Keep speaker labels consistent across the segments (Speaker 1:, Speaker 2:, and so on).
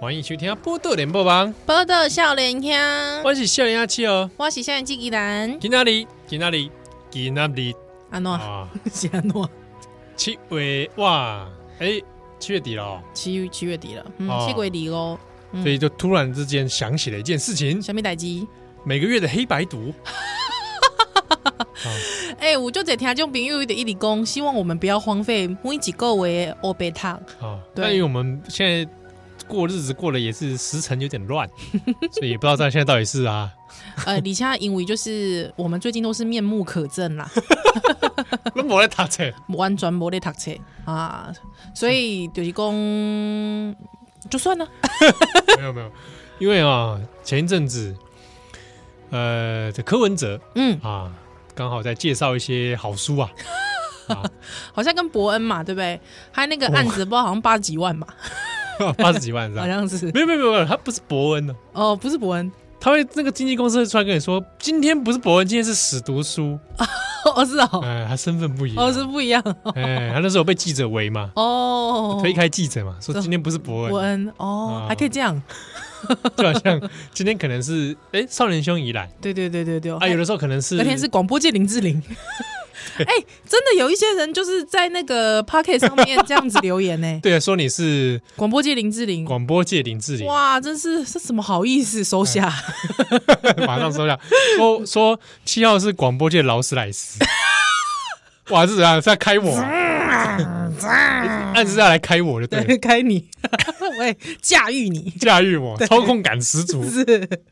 Speaker 1: 欢迎收听波豆联播网，
Speaker 2: 报道少年兄，
Speaker 1: 我是笑脸阿七哦，
Speaker 2: 我是少年纪依然
Speaker 1: 今哪里？今哪里？今哪里？
Speaker 2: 安诺
Speaker 1: 啊，
Speaker 2: 是安诺，
Speaker 1: 七月哇，哎，七月底了哦，
Speaker 2: 七七月底了，嗯
Speaker 1: 哦，
Speaker 2: 七月底哦，嗯
Speaker 1: 所以就突然之间想起了一件事情，
Speaker 2: 什么代志？
Speaker 1: 每个月的黑白读，
Speaker 2: 哎、我就在听众朋友的一直讲，希望我们不要荒废每一个月的欧贝塔。
Speaker 1: 啊，
Speaker 2: 对
Speaker 1: 但因为我们现在过日子过得也是时辰有点乱， 所以也不知道咱现在到底是啊，
Speaker 2: 呃，李佳因为就是我们最近都是面目可憎啦，
Speaker 1: 那我来打车
Speaker 2: 完全没得读册啊，所以就是讲就算了，
Speaker 1: 没有没有，因为啊，前一阵子，呃，这柯文哲
Speaker 2: 嗯，
Speaker 1: 啊，刚好在介绍一些好书啊，
Speaker 2: 好像跟伯恩嘛，对不对？他那个案子不知道好像八十几 万吧，
Speaker 1: 八十几万是吧
Speaker 2: 好？像是
Speaker 1: 没有没有没有没有，他不是伯恩呢、啊
Speaker 2: 哦，不是伯恩，
Speaker 1: 他会那个经纪公司会出来跟你说，今天不是伯恩，今天是史读书，
Speaker 2: 哦是哦，
Speaker 1: 哎，他身份不一样，
Speaker 2: 哦是不一样
Speaker 1: 哎，他那时候被记者围嘛，
Speaker 2: 哦，
Speaker 1: 推开记者嘛，说今天不是伯
Speaker 2: 伯
Speaker 1: 恩，
Speaker 2: 恩哦
Speaker 1: 啊，
Speaker 2: 还可以这样，
Speaker 1: 就好像今天可能是哎少年兄宜兰
Speaker 2: 对对对对对，
Speaker 1: 啊，有的时候可能是
Speaker 2: 哦那天是广播界林 志玲。哎、真的有一些人就是在那个 Pocket 上面这样子留言呢、
Speaker 1: 对啊，说你是
Speaker 2: 广播界林志玲，
Speaker 1: 广播界林志玲，
Speaker 2: 哇，真是是什么好意思收下？
Speaker 1: 马上收下，说说七号是广播界劳斯莱斯， 哇，这怎样是要开我、啊？暗示要来开我就对 了，
Speaker 2: 对，开你，喂，驾驭你，
Speaker 1: 驾驭我，操控感十足。
Speaker 2: 是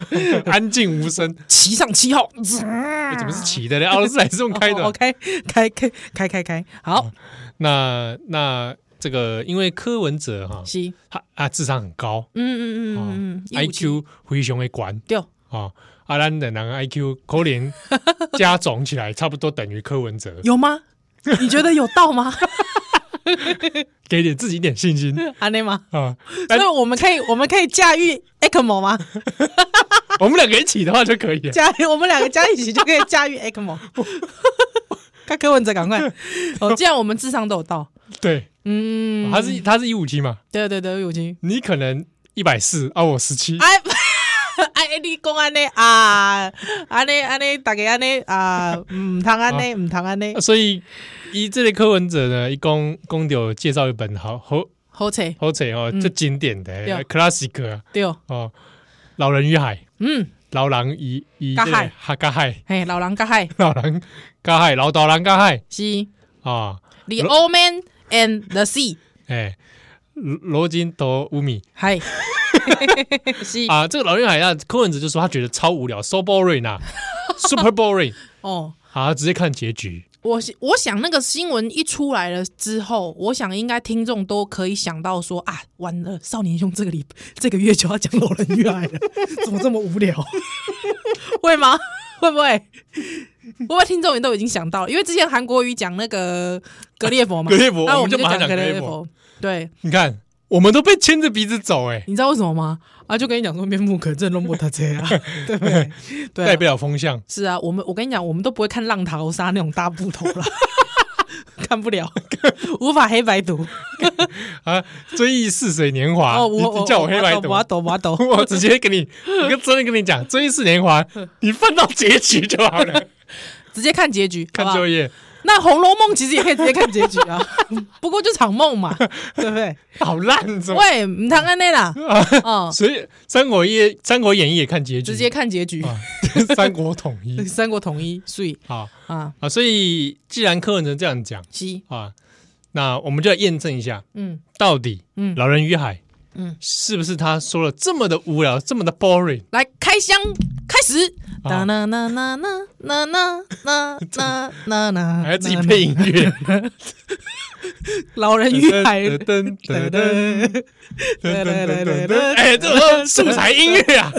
Speaker 1: 安静无 声。
Speaker 2: 骑上七号，啊
Speaker 1: 哎怎么是骑的呢？奥斯莱是用开的。嗯
Speaker 2: o k 开开开开开，好，
Speaker 1: 那那这个，因为柯文哲哈，
Speaker 2: 是，
Speaker 1: 他啊智商很高哦
Speaker 2: 嗯嗯嗯嗯嗯
Speaker 1: ，I Q 非常的管
Speaker 2: 对，
Speaker 1: 啊。阿兰的那个 I Q 可能加总起来差不多等于柯文 哲，
Speaker 2: 有吗？你觉得有到吗？
Speaker 1: 给点自己一点信心
Speaker 2: 安内吗？
Speaker 1: 啊！哎
Speaker 2: 所以我们可以我们可以驾驭 ECMO 吗？
Speaker 1: 我们两个一起的话就可以了。
Speaker 2: 加我们两个加一起就可以驾驭 ECMO。看柯文哲，赶快！哦，既然我们智商都有到，
Speaker 1: 对，
Speaker 2: 嗯，
Speaker 1: 他是他是一五七嘛，
Speaker 2: 对对对，友情。
Speaker 1: 你可能一百四，啊我十七，
Speaker 2: 哎哎，你讲安尼啊，安尼安尼，大家安尼啊，唔通安尼，唔通安尼，
Speaker 1: 所以以这类柯文哲呢，一共共有介绍一本好好
Speaker 2: 好扯
Speaker 1: 好扯哦，
Speaker 2: 嗯
Speaker 1: 最经典的、
Speaker 2: 对
Speaker 1: classic 啊
Speaker 2: 对，
Speaker 1: 哦，《老人与海》
Speaker 2: 嗯，
Speaker 1: 老狼与与
Speaker 2: 甲海
Speaker 1: 哈嘎海，
Speaker 2: 嘿，老人甲海
Speaker 1: 老狼嘎海，老导狼嘎海
Speaker 2: 是
Speaker 1: 啊，
Speaker 2: The Old Man and the Sea，
Speaker 1: 哎、罗金多五米
Speaker 2: 嗨，是
Speaker 1: 啊，这个《老人与海》啊，柯文哲就说他觉得超无聊，so boring 啊，super boring
Speaker 2: 哦。
Speaker 1: 啊，直接看结局，
Speaker 2: 我是我想那个新闻一出来了之后，我想应该听众都可以想到说啊，完了，少年兄这个礼这个月就要讲老人与爱了， 怎么这么无 聊？会吗？会不会？会不会听众也都已经想到了？因为之前韩国瑜讲那个格列佛 嘛，
Speaker 1: 格列佛
Speaker 2: 那
Speaker 1: 我
Speaker 2: 我
Speaker 1: 们
Speaker 2: 们
Speaker 1: 就
Speaker 2: 就
Speaker 1: 马上
Speaker 2: 讲
Speaker 1: 讲
Speaker 2: 格
Speaker 1: 格列
Speaker 2: 列
Speaker 1: 佛
Speaker 2: 佛。对，
Speaker 1: 你看我们都被牵着鼻子走、哎，
Speaker 2: 你知道为什么吗？啊，就跟你讲说面目可憎，弄不他这 样，对不对？对啊、
Speaker 1: 带不了风向，
Speaker 2: 是啊，我们我跟你讲，我们都不会看浪淘沙那种大部头了，看不了，无法黑白读。
Speaker 1: 啊，追忆似水年华，
Speaker 2: 哦，
Speaker 1: 你
Speaker 2: 我
Speaker 1: 你叫我黑白读
Speaker 2: 我。要抖，我要抖。
Speaker 1: 我直接 跟你，我跟真的跟你讲，《追忆似年华》，你放到结局就好 了，
Speaker 2: 直接看结局，
Speaker 1: 看
Speaker 2: 好不好
Speaker 1: 就业，
Speaker 2: 那《红楼梦》其实也可以直接看结局啊，不过就场梦嘛，对不对？
Speaker 1: 好烂，怎么？
Speaker 2: 喂，唔谈安内啦，哦，
Speaker 1: 所以《三国演义》《三国演义》也看结局，
Speaker 2: 直接看结局，
Speaker 1: 啊， 三国统 一
Speaker 2: 三国统一，所以
Speaker 1: 好
Speaker 2: 啊，
Speaker 1: 啊。所以既然柯文哲这样讲
Speaker 2: 西，
Speaker 1: 啊，那我们就来验证一下，
Speaker 2: 嗯
Speaker 1: 到底
Speaker 2: 嗯，
Speaker 1: 老人与海，
Speaker 2: 嗯，
Speaker 1: 是不是他说了这么的无聊，这么的 boring？
Speaker 2: 来开箱开始，
Speaker 1: 啊
Speaker 2: 哒啦啦啦啦啦啦啦啦啦啦，
Speaker 1: 还要自己配音乐，
Speaker 2: 老人 与海。
Speaker 1: 噔 噔噔噔噔噔噔噔，哎，这
Speaker 2: 个
Speaker 1: 个素材音乐啊，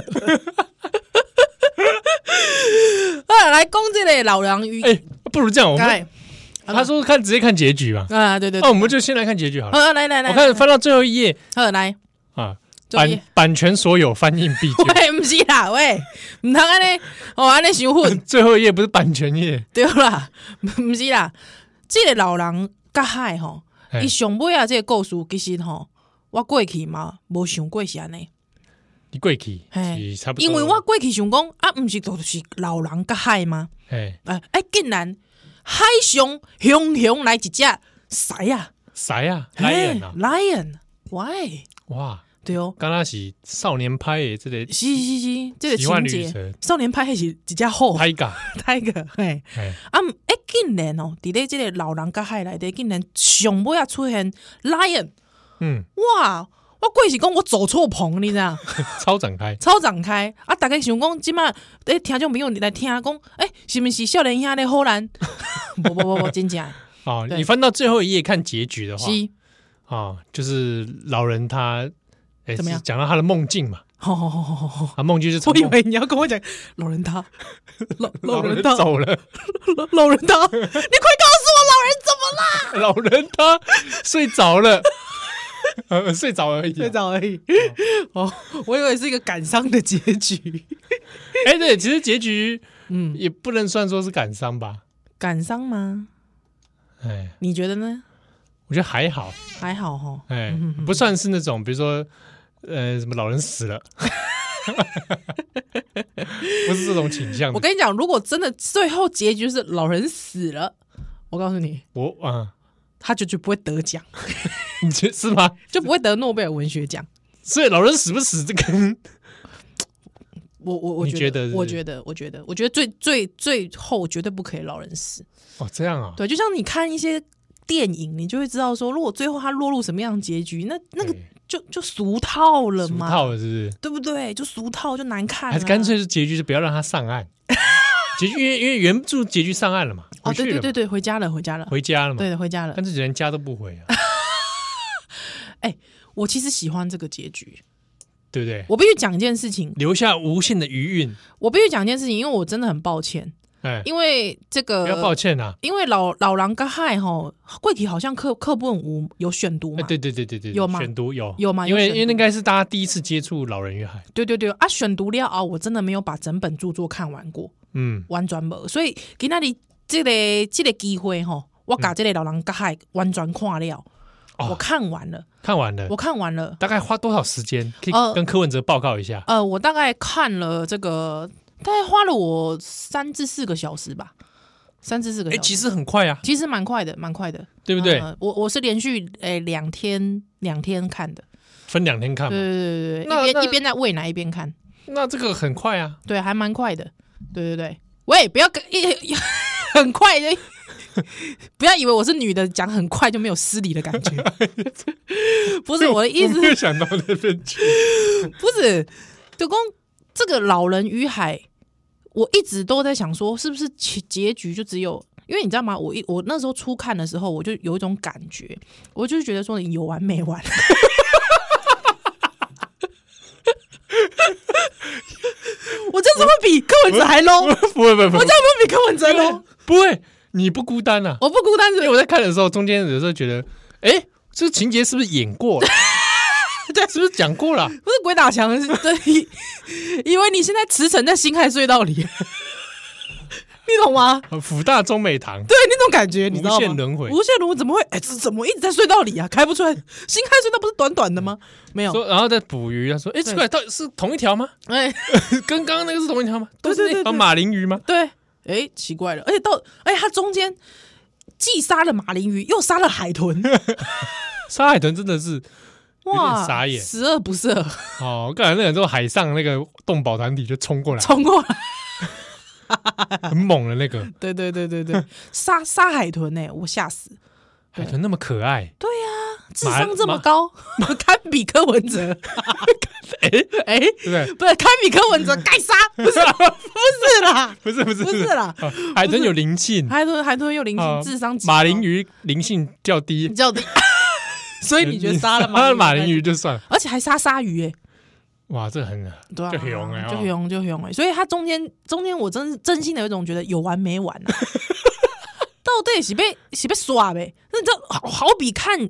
Speaker 2: 啊，来攻这类老人与
Speaker 1: 哎，不如这样，我们
Speaker 2: 海。
Speaker 1: 他说看直接看结局嘛，
Speaker 2: 啊，对对，
Speaker 1: 那
Speaker 2: 对
Speaker 1: 我们就先来看结局好了。
Speaker 2: 呃，来来来，
Speaker 1: 我看翻到最后一页
Speaker 2: 呃来，
Speaker 1: 啊，
Speaker 2: 最后一页
Speaker 1: 版版权所有翻印必究。
Speaker 2: 喂，不是啦，喂，唔通安尼，哦安尼想 混
Speaker 1: 最后一页不是版权页，
Speaker 2: 对啦，唔是啦，这个老人甲海吼，
Speaker 1: 哎
Speaker 2: 伊上尾啊，这个故事其实吼，我过去嘛无想过是安尼，
Speaker 1: 你贵体
Speaker 2: 嘿
Speaker 1: 是差不多。
Speaker 2: 因为我过去想讲啊，毋是就是老人甲海吗？
Speaker 1: 哎，
Speaker 2: 啊，哎，竟然海上汹汹来一只狮啊
Speaker 1: 谁啊？来演啊！
Speaker 2: ，lion，why？
Speaker 1: 哇，
Speaker 2: 对哦，
Speaker 1: 刚刚是少年拍的这个
Speaker 2: 是是是，这个
Speaker 1: 奇幻
Speaker 2: 情
Speaker 1: 旅
Speaker 2: 节
Speaker 1: 程，
Speaker 2: 少年派迄是一只虎，
Speaker 1: 拍噶，
Speaker 2: 太个嘿。
Speaker 1: 哎，
Speaker 2: 啊，毋哎，竟然哦，伫咧即个老人甲海内底，竟然上尾啊出现 lion，
Speaker 1: 嗯，
Speaker 2: 哇！我过去是讲我走错棚，你知影？
Speaker 1: 超展开，
Speaker 2: 超展开啊！大概想讲，即摆诶，听众朋友来听讲，诶、是毋是少年兄咧好难？ 无无无无，真正
Speaker 1: 哦，
Speaker 2: 对
Speaker 1: 你翻到最后一页看结局的话，
Speaker 2: 是，
Speaker 1: 啊，就是老人他，哎，
Speaker 2: 怎么样
Speaker 1: 是讲到他的梦境嘛，
Speaker 2: 吼吼吼吼吼。
Speaker 1: 啊，梦境是
Speaker 2: 我
Speaker 1: 成
Speaker 2: 以
Speaker 1: 功
Speaker 2: 为你要跟我讲老人他，老老
Speaker 1: 老
Speaker 2: 人
Speaker 1: 人
Speaker 2: 他，
Speaker 1: 走了，
Speaker 2: 老老人他，你快告诉我老人怎么啦？
Speaker 1: 老人他睡着了， 呃，睡着而已啊。
Speaker 2: 睡着而已。 哦，我以为是一个感伤的结局，
Speaker 1: 哎，对，其实结局，
Speaker 2: 嗯
Speaker 1: 嗯，也不能算说是感伤吧，
Speaker 2: 感伤吗？
Speaker 1: 哎，
Speaker 2: 你觉得呢？
Speaker 1: 我觉得还好，
Speaker 2: 还好哈，
Speaker 1: 哎，
Speaker 2: 嗯
Speaker 1: 不算是那种，比如说，呃，什么老人死了， 不是这种倾向的。
Speaker 2: 我跟你讲，如果真的最后结局是老人死了，我告诉你，
Speaker 1: 我啊，
Speaker 2: 他就就不会得奖，
Speaker 1: 你觉得是吗？
Speaker 2: 就不会得诺贝尔文学奖。
Speaker 1: 所以老人死不死，这跟
Speaker 2: 我我我
Speaker 1: 你
Speaker 2: 觉
Speaker 1: 觉得是不是
Speaker 2: 我觉得，我觉得，我觉得最最最后绝对不可以老人死。
Speaker 1: 哦这样啊，
Speaker 2: 对，就像你看一些电影，你就会知道说，如果最后他落入什么样的结局，那那个
Speaker 1: 对
Speaker 2: 就就俗套了
Speaker 1: 俗
Speaker 2: 嘛，
Speaker 1: 哎套啊了是不是？
Speaker 2: 对不对？就俗套，就难看、啊，
Speaker 1: 还是干脆是结局是不要让他上 岸，结局因为因为原著结局上岸了嘛，
Speaker 2: 哦，
Speaker 1: 回去
Speaker 2: 对
Speaker 1: 了
Speaker 2: 对
Speaker 1: 嘛
Speaker 2: 对对，回家了，回家了，
Speaker 1: 回家了嘛
Speaker 2: 对，的，回家了
Speaker 1: 干。脆连家都不回啊，
Speaker 2: 我其实喜欢这个结局，
Speaker 1: 对不对？
Speaker 2: 我必须讲一件事情，
Speaker 1: 留下无限的余韵，
Speaker 2: 我必须讲一件事情，因为我真的很抱歉，
Speaker 1: 哎，
Speaker 2: 因为这
Speaker 1: 不要抱
Speaker 2: 个，
Speaker 1: 歉啊，
Speaker 2: 因为老老狼跟害吼，桂体好像课课本五有选读
Speaker 1: 哎
Speaker 2: 嘛，
Speaker 1: 对对对对对，
Speaker 2: 有吗
Speaker 1: 选读有
Speaker 2: 有吗有
Speaker 1: 因为因
Speaker 2: 选读
Speaker 1: 为那应该是大家第一次接触《老人与海》，
Speaker 2: 对对对啊，选读了啊，我真的没有把整本著作看完过，
Speaker 1: 嗯，
Speaker 2: 完全无，所以今仔日这个这个机会吼，我把这个老狼跟害完全看了，
Speaker 1: 嗯哦
Speaker 2: 我看完了，
Speaker 1: 看完了
Speaker 2: 我，看完了，
Speaker 1: 大概花多少时间？可
Speaker 2: 呃
Speaker 1: 以跟柯文哲报告一下。
Speaker 2: 呃，我大概看了这个，大概花了我三至四个小时吧，三至四个
Speaker 1: 哎，
Speaker 2: 小时，
Speaker 1: 其实很快啊，
Speaker 2: 其实蛮快的，蛮快的，
Speaker 1: 对不对？
Speaker 2: 呃我我是连续诶两、天两天看的，
Speaker 1: 分两天看
Speaker 2: 对
Speaker 1: 嘛，
Speaker 2: 对对
Speaker 1: 那
Speaker 2: 对，
Speaker 1: 那
Speaker 2: 一边一边在喂奶一边看，
Speaker 1: 那这个很快啊，
Speaker 2: 对，还蛮快的，对对对。喂，不要跟 一很快的， 不要以为我是女的讲很快就没有失礼的感 觉，不是我的意
Speaker 1: 我
Speaker 2: 思
Speaker 1: 没，有想到那边去。
Speaker 2: 不是，就公这个老人与海，我一直都在想说，是不是结结局就只有？因为你知道吗？我一我那时候初看的时候，我就有一种感觉，我就觉得说你有完没完？ 我这样子会比柯文哲还 low，我
Speaker 1: 不会不会不会
Speaker 2: 这样会比柯文哲 low，
Speaker 1: 不会，你不孤单啊！
Speaker 2: 我不孤单是
Speaker 1: 因为我在看的时候，中间有时候觉得，哎，这个情节是不是演过 了？
Speaker 2: 对
Speaker 1: 是不是讲过了？
Speaker 2: 不是鬼打墙，是对，以以为你现在驰骋在辛亥隧道里， 你懂吗？
Speaker 1: 呃辅大中美堂，
Speaker 2: 对那种感觉，你知道吗？
Speaker 1: 无限轮回
Speaker 2: 无限轮回怎么会？哎、这怎么一直在隧道里啊？开不出来，新开隧道不是短短的吗？没有，
Speaker 1: 说然后再捕鱼，他说，哎，奇怪，到底是同一条吗？
Speaker 2: 哎、
Speaker 1: 跟刚刚那个是同一条吗？都是
Speaker 2: 对对
Speaker 1: 那
Speaker 2: 对
Speaker 1: 条
Speaker 2: 对
Speaker 1: 马林鱼吗？
Speaker 2: 对，哎、奇怪了，而且到，哎、他中间既杀了马林鱼，又杀了 海豚，
Speaker 1: 沙海豚真的是
Speaker 2: 哇，
Speaker 1: 傻眼
Speaker 2: 十恶不赦，
Speaker 1: 哦，刚才那个时候海上那个动保团体就冲过来，
Speaker 2: 冲过来，
Speaker 1: 很猛的那个
Speaker 2: 对哎对对对对，杀杀海豚呢、我吓死，
Speaker 1: 海豚那么可爱，
Speaker 2: 对呀、智商这么高， 堪比柯文 哲。哎 哎，
Speaker 1: 对不对？
Speaker 2: 不是堪比柯文哲，该杀！不是啦不是啦，
Speaker 1: 不嗯 是不是
Speaker 2: 不是啦，
Speaker 1: 啊海豚有灵性，
Speaker 2: 海豚海豚又灵
Speaker 1: 啊
Speaker 2: 性，智商极
Speaker 1: 马
Speaker 2: 高
Speaker 1: 林鱼灵性较低
Speaker 2: 比，较低， 所以你觉得杀了
Speaker 1: 马 马林
Speaker 2: 鱼，
Speaker 1: 鱼就算了，
Speaker 2: 而且还杀鲨鱼哎。
Speaker 1: 哇，这很
Speaker 2: 对啊，
Speaker 1: 就熊哎，
Speaker 2: 就
Speaker 1: 哦
Speaker 2: 熊就熊哎，所以他中间中间，我真真心的有一种觉得有完没完啊， 到底是被是被耍呗？那这好好比看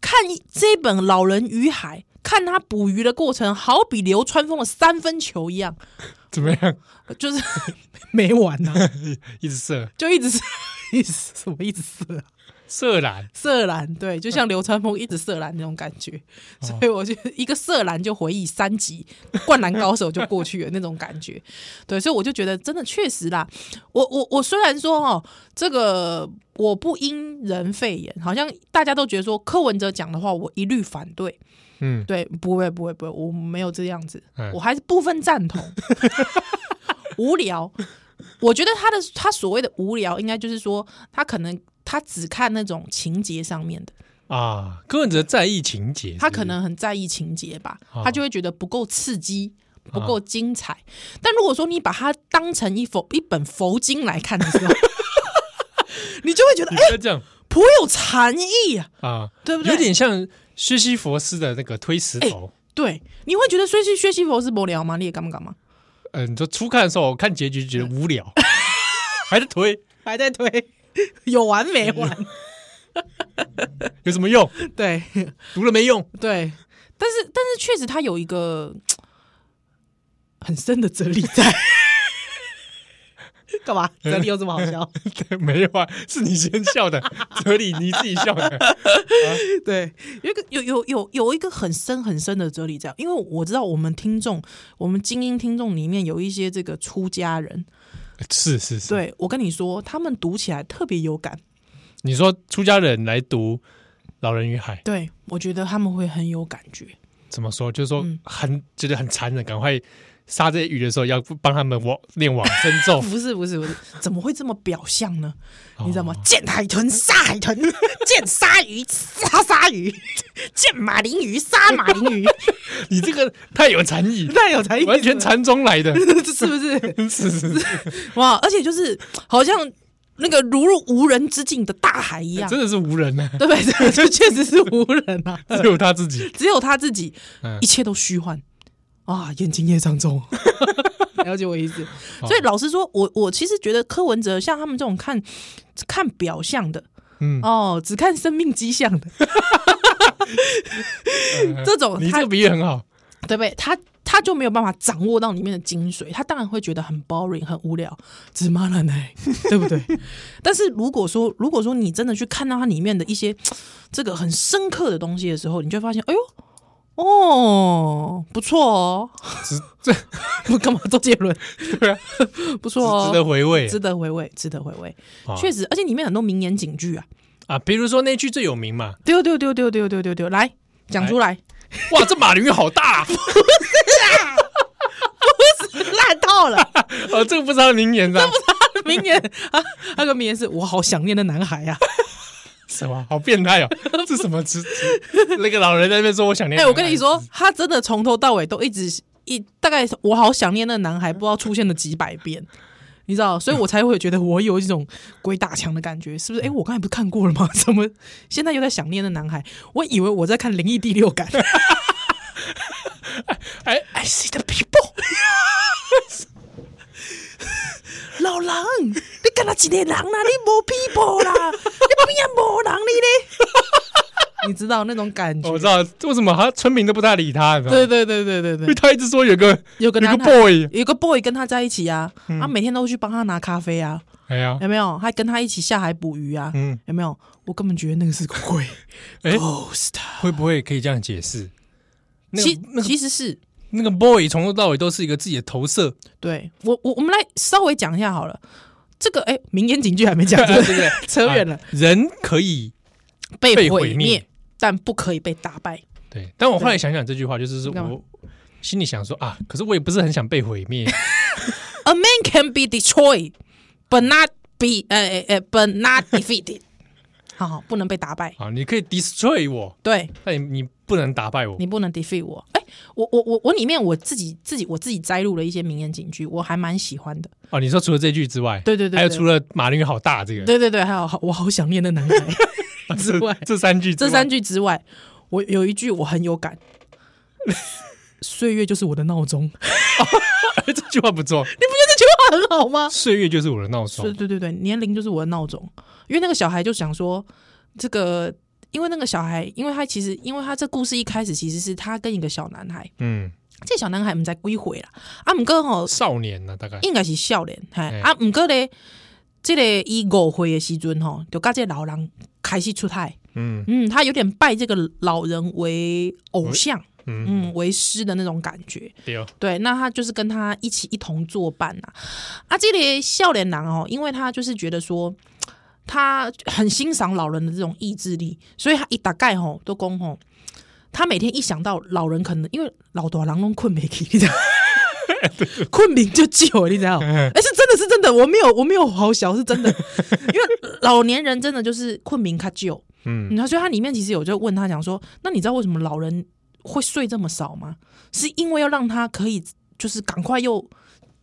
Speaker 2: 看这本《老人与海》，看他捕鱼的过程，好比流川枫的三分球一样，
Speaker 1: 怎么样？
Speaker 2: 就是没完呐、啊，
Speaker 1: 一直射
Speaker 2: 就一直射， 一直什么一直射啊，
Speaker 1: 射篮，
Speaker 2: 射篮，对，就像流川枫一直射篮那种感觉，所以我就一个射篮就回忆三级灌篮高手就过去了那种感觉，对，所以我就觉得真的确实啦，我我我虽然说哦，这个我不因人废言，好像大家都觉得说柯文哲讲的话我一律反对，
Speaker 1: 嗯，
Speaker 2: 对，不会不会不会，我没有这样子
Speaker 1: 嗯，
Speaker 2: 我还是部分 赞同，无聊。我觉得他的他所谓的无聊，应该就是说他可能他只看那种情节上面的，
Speaker 1: 啊，柯文哲在意情节，是不是
Speaker 2: 他可能很在意情节吧，
Speaker 1: 哦
Speaker 2: 他就会觉得不够刺激。不够精彩，但如果说你把它当成一佛一本佛经来看的时 候，你就会觉得
Speaker 1: 你
Speaker 2: 哎、
Speaker 1: 不要这样
Speaker 2: 颇有禅意啊，
Speaker 1: 啊，
Speaker 2: 对不哎对？
Speaker 1: 有点像薛西佛斯的那个推石头。
Speaker 2: 对，你会觉得学习学习佛是无聊吗？你也干嘛干嘛？
Speaker 1: 嗯，你说初看的时候，我看结局觉得无聊， 还在推，
Speaker 2: 还在推，有完没完？
Speaker 1: 有什么用？
Speaker 2: 对
Speaker 1: 读了没用，
Speaker 2: 对，但是但是确实他有一个很深的哲理在。 干 嘛？哲理有什么好笑？
Speaker 1: 对没有啊，是你先笑的，哲理你自己笑 的。
Speaker 2: 对，有一个有有有有一个很深很深的哲理在，因为我知道我们听众，我们精英听众里面有一些这个出家人，
Speaker 1: 是是是，
Speaker 2: 对我跟你说，他们读起来特别有感。
Speaker 1: 你说出家人来读《老人与海》，
Speaker 2: 对我觉得他们会很有感觉。
Speaker 1: 怎么说？就是说
Speaker 2: 嗯
Speaker 1: 很觉得很残忍，赶快杀这些鱼的时候，要帮他们往练往生 咒
Speaker 2: 不是不是不是，怎么会这么表象呢？
Speaker 1: 哦
Speaker 2: 你知道吗？见海豚杀海豚， 见鲨鱼杀鲨鱼， 见马林鱼杀马林鱼，
Speaker 1: 你这个太有禅意，
Speaker 2: 那有才
Speaker 1: 完全禅宗来的，
Speaker 2: 是 不是？
Speaker 1: 是是是，
Speaker 2: 哇！而且就是好像那个如入无人之境的大海一 样，
Speaker 1: 真的是无人 呢、
Speaker 2: 对不对？就确实是无人啊，
Speaker 1: 只有他自己。
Speaker 2: 只有他自己，
Speaker 1: 嗯
Speaker 2: 一切都虚幻啊！眼睛夜上 中，了解我意思。
Speaker 1: 好
Speaker 2: 所以老实说，我我其实觉得柯文哲像他们这种看看表象的，
Speaker 1: 嗯
Speaker 2: 哦，只看生命迹象 的这种
Speaker 1: 嗯你
Speaker 2: 哦他
Speaker 1: 这个比喻很好，
Speaker 2: 对不对？他他就没有办法掌握到里面的精髓，他当然会觉得很 boring 很无聊，芝麻烂奶，对不对？但是如果说如果说你真的去看到它里面的一些这个很深刻的东西的时候，你就会发现，哎呦。哦，不错哦，
Speaker 1: 值这
Speaker 2: 我 干嘛周杰伦？
Speaker 1: 对啊，
Speaker 2: 不错哦，
Speaker 1: 值得回味
Speaker 2: 值得回味，值得回味，
Speaker 1: 啊
Speaker 2: 确实，而且里面很多名言警句啊，
Speaker 1: 啊。比如说那句最有名嘛，
Speaker 2: 丢丢丢丢丢丢丢丢，来讲出来，
Speaker 1: 哇，这马林鱼好大啊！
Speaker 2: 烂透了。
Speaker 1: 哦，这个不知道名言的啊，
Speaker 2: 名言啊，那个名言是我好想念的男孩啊！
Speaker 1: 什么？好变态哦！这什么词？词 那个老人在那边说，我想念。
Speaker 2: 哎、我跟你，说，他真的从头到尾都一直一大概我好想念那男孩，不知道出现了几百遍，你知道，所以我才会觉得我有一种鬼打墙的感觉，是不是？哎、我刚才不是看过了吗？ 怎么现在又在想念那男孩？我以为我在看《灵异第六感》
Speaker 1: 哎，
Speaker 2: ，I see the people 老人，你干那一个人啦、你无 people 啦，你边啊无人你咧？你 知道那种感觉
Speaker 1: 我？知道为什么他村民都不大理他，你知道吗
Speaker 2: 对对对对对
Speaker 1: 因为
Speaker 2: 对，
Speaker 1: 他一直说有个
Speaker 2: 有个
Speaker 1: 有个
Speaker 2: 男孩，
Speaker 1: boy，嗯
Speaker 2: 有个 boy 跟他在一起啊，他每天都去帮他拿咖啡啊，
Speaker 1: 哎呀，
Speaker 2: 有没有？还跟他一起下海捕鱼啊，
Speaker 1: 嗯
Speaker 2: 有没有？我根本觉得那个是个鬼
Speaker 1: 哎，
Speaker 2: ghost，
Speaker 1: 会不会可以这样解释？那
Speaker 2: 其
Speaker 1: 个那个
Speaker 2: 其实是
Speaker 1: 那个 boy 从头到尾都是一个自己的投射，
Speaker 2: 对我我我们来稍微讲一下好了。这个哎，名言警句还没讲，
Speaker 1: 对不对？
Speaker 2: 扯远了
Speaker 1: 啊。人可以被
Speaker 2: 被
Speaker 1: 毁
Speaker 2: 毁
Speaker 1: 灭
Speaker 2: 灭，但不可以被打败。
Speaker 1: 对，但我后来想想这句话，就是说
Speaker 2: 你干嘛
Speaker 1: 我心里想说啊，可是我也不是很想被毁 灭，
Speaker 2: A man can be destroyed, but not be 呃呃呃，but not defeated。好好，不能被打败。
Speaker 1: 啊，你可以 destroy 我，
Speaker 2: 对
Speaker 1: 但你你不能打败我。
Speaker 2: 你不能 defeat 我。哎、我我我我里面我自己自己我自己摘录了一些名言警句，我还蛮喜欢的。
Speaker 1: 哦，你说除了这句之外，
Speaker 2: 对对对
Speaker 1: 还有
Speaker 2: 对
Speaker 1: 除了马林鱼好大这个，
Speaker 2: 对对对，还有好我 好想念那男孩。
Speaker 1: 啊
Speaker 2: 之外
Speaker 1: 这这三句之
Speaker 2: 这
Speaker 1: 外，
Speaker 2: 三句之外，我有一句我很有感，岁月就是我的闹钟。你 不觉
Speaker 1: 这句话不错。
Speaker 2: 得这句话很好吗？
Speaker 1: 岁月就是我的闹钟
Speaker 2: 对，对对对，年龄就是我的闹钟。因为那个小孩就想说，这个，因为那个小孩，因为他其实，因为他这故事一开始其实是他跟一个小男孩，
Speaker 1: 嗯，
Speaker 2: 这小男孩我们在归回啦，啊，唔过吼
Speaker 1: 少年呢、大概
Speaker 2: 应该是少年，嘿，
Speaker 1: 嘿
Speaker 2: 啊，唔过咧，这个伊五岁的时阵吼，就跟这个老人开始出海，
Speaker 1: 嗯
Speaker 2: 嗯，他有点拜这个老人为偶像，
Speaker 1: 嗯，
Speaker 2: 嗯，为师的那种感觉。
Speaker 1: 对哦，
Speaker 2: 对，那他就是跟他一起一同作伴呐、啊。啊，这里笑脸郎哦，因为他就是觉得说，他很欣赏老人的这种意志力，所以他一大概吼都讲吼，他每天一想到老人可能因为老多郎拢困没起，你知道。困眠就久，你知道？哎、是真的是真的，我没有我没有好小，是真的， 因为老年人真的就是困眠他久，
Speaker 1: 嗯
Speaker 2: 然后所以他里面其实有就问他讲说，那你知道为什么老人会睡这么少吗？是因为要让他可以就是赶快又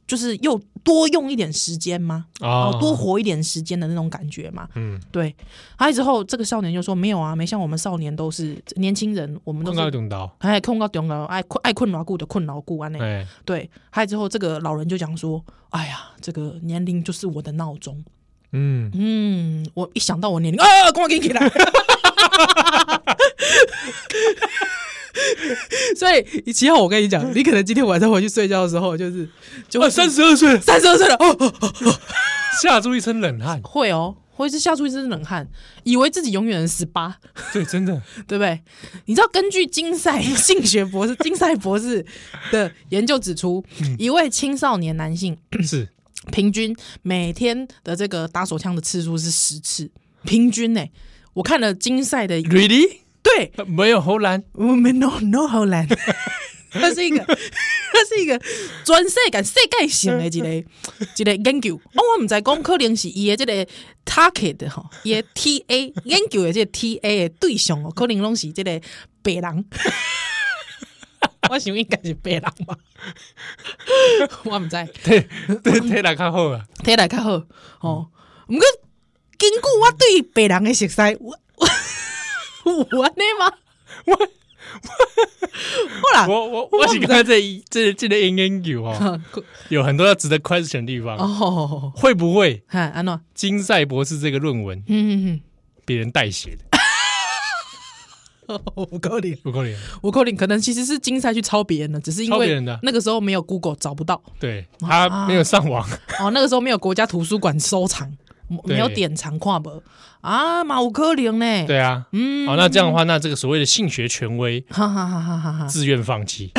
Speaker 2: 就是又多用一点时间吗？哦，多活一点时间的那种感觉嘛。
Speaker 1: 嗯，
Speaker 2: 对，还有之后这个少年就说没有啊，没像我们少年都是年轻人，我们都
Speaker 1: 碰到一
Speaker 2: 是。
Speaker 1: 种刀，
Speaker 2: 哎，困到中了，爱困爱困牢固的困牢固啊，那、
Speaker 1: 哎，
Speaker 2: 对。还有之后，这个老人就讲说：“哎呀，这个年龄就是我的闹钟。”
Speaker 1: 嗯，
Speaker 2: 嗯，我一想到我年龄啊，跟我给你起来。 所以，其实我跟你讲，你可能今天晚上回去睡觉的时候，就是就
Speaker 1: 啊，三十二岁，
Speaker 2: 哦三十二岁了，哦哦哦，
Speaker 1: 吓出一身冷汗，
Speaker 2: 会哦，会是吓出一身冷汗，以为自己永远十八，
Speaker 1: 对，真 的，
Speaker 2: 对不对？你知道，根据金赛 性学博士金赛博士的研究指出，一位青少年男性
Speaker 1: 是
Speaker 2: 平均每天的这个打手枪的次数是十次，平均呢、欸我看了金赛的
Speaker 1: really
Speaker 2: 对，
Speaker 1: 没有荷兰，
Speaker 2: 我们 no no 荷兰，它是一个，它是一个全世界世界性的一个一个研究。哦，我唔知讲可能是伊的这个 target 吼，伊的 TA 研究的这个 TA 的对象哦，可能拢是这个白人。我想应该是白人吧， 我唔知道。
Speaker 1: 对对对，来看后 啊，
Speaker 2: 体力较好哦。毋过根据我对白人的熟悉，我我有安尼吗？我啊我好啦，
Speaker 1: 我我我是看这一这这个研究 哦，有很多要值得 question 的地方，
Speaker 2: 哦，
Speaker 1: 会不会
Speaker 2: 哈安怎？
Speaker 1: 金赛博士这个论文
Speaker 2: 嗯，
Speaker 1: 别人代写 的？
Speaker 2: 有可能，
Speaker 1: 不可能，
Speaker 2: 有可能，可能其实是竞赛去抄别人的，只是因
Speaker 1: 抄别
Speaker 2: 为
Speaker 1: 人的
Speaker 2: 那个时候没有 Google 找不到，
Speaker 1: 对他没有上 网，
Speaker 2: 哦，那个时候没有国家图书馆收藏，没有典藏跨博啊，嘛有可能呢，
Speaker 1: 对啊，嗯，好，那这样的话，那这个所谓的性学权威
Speaker 2: 哈哈哈哈哈哈。
Speaker 1: 自愿放 弃，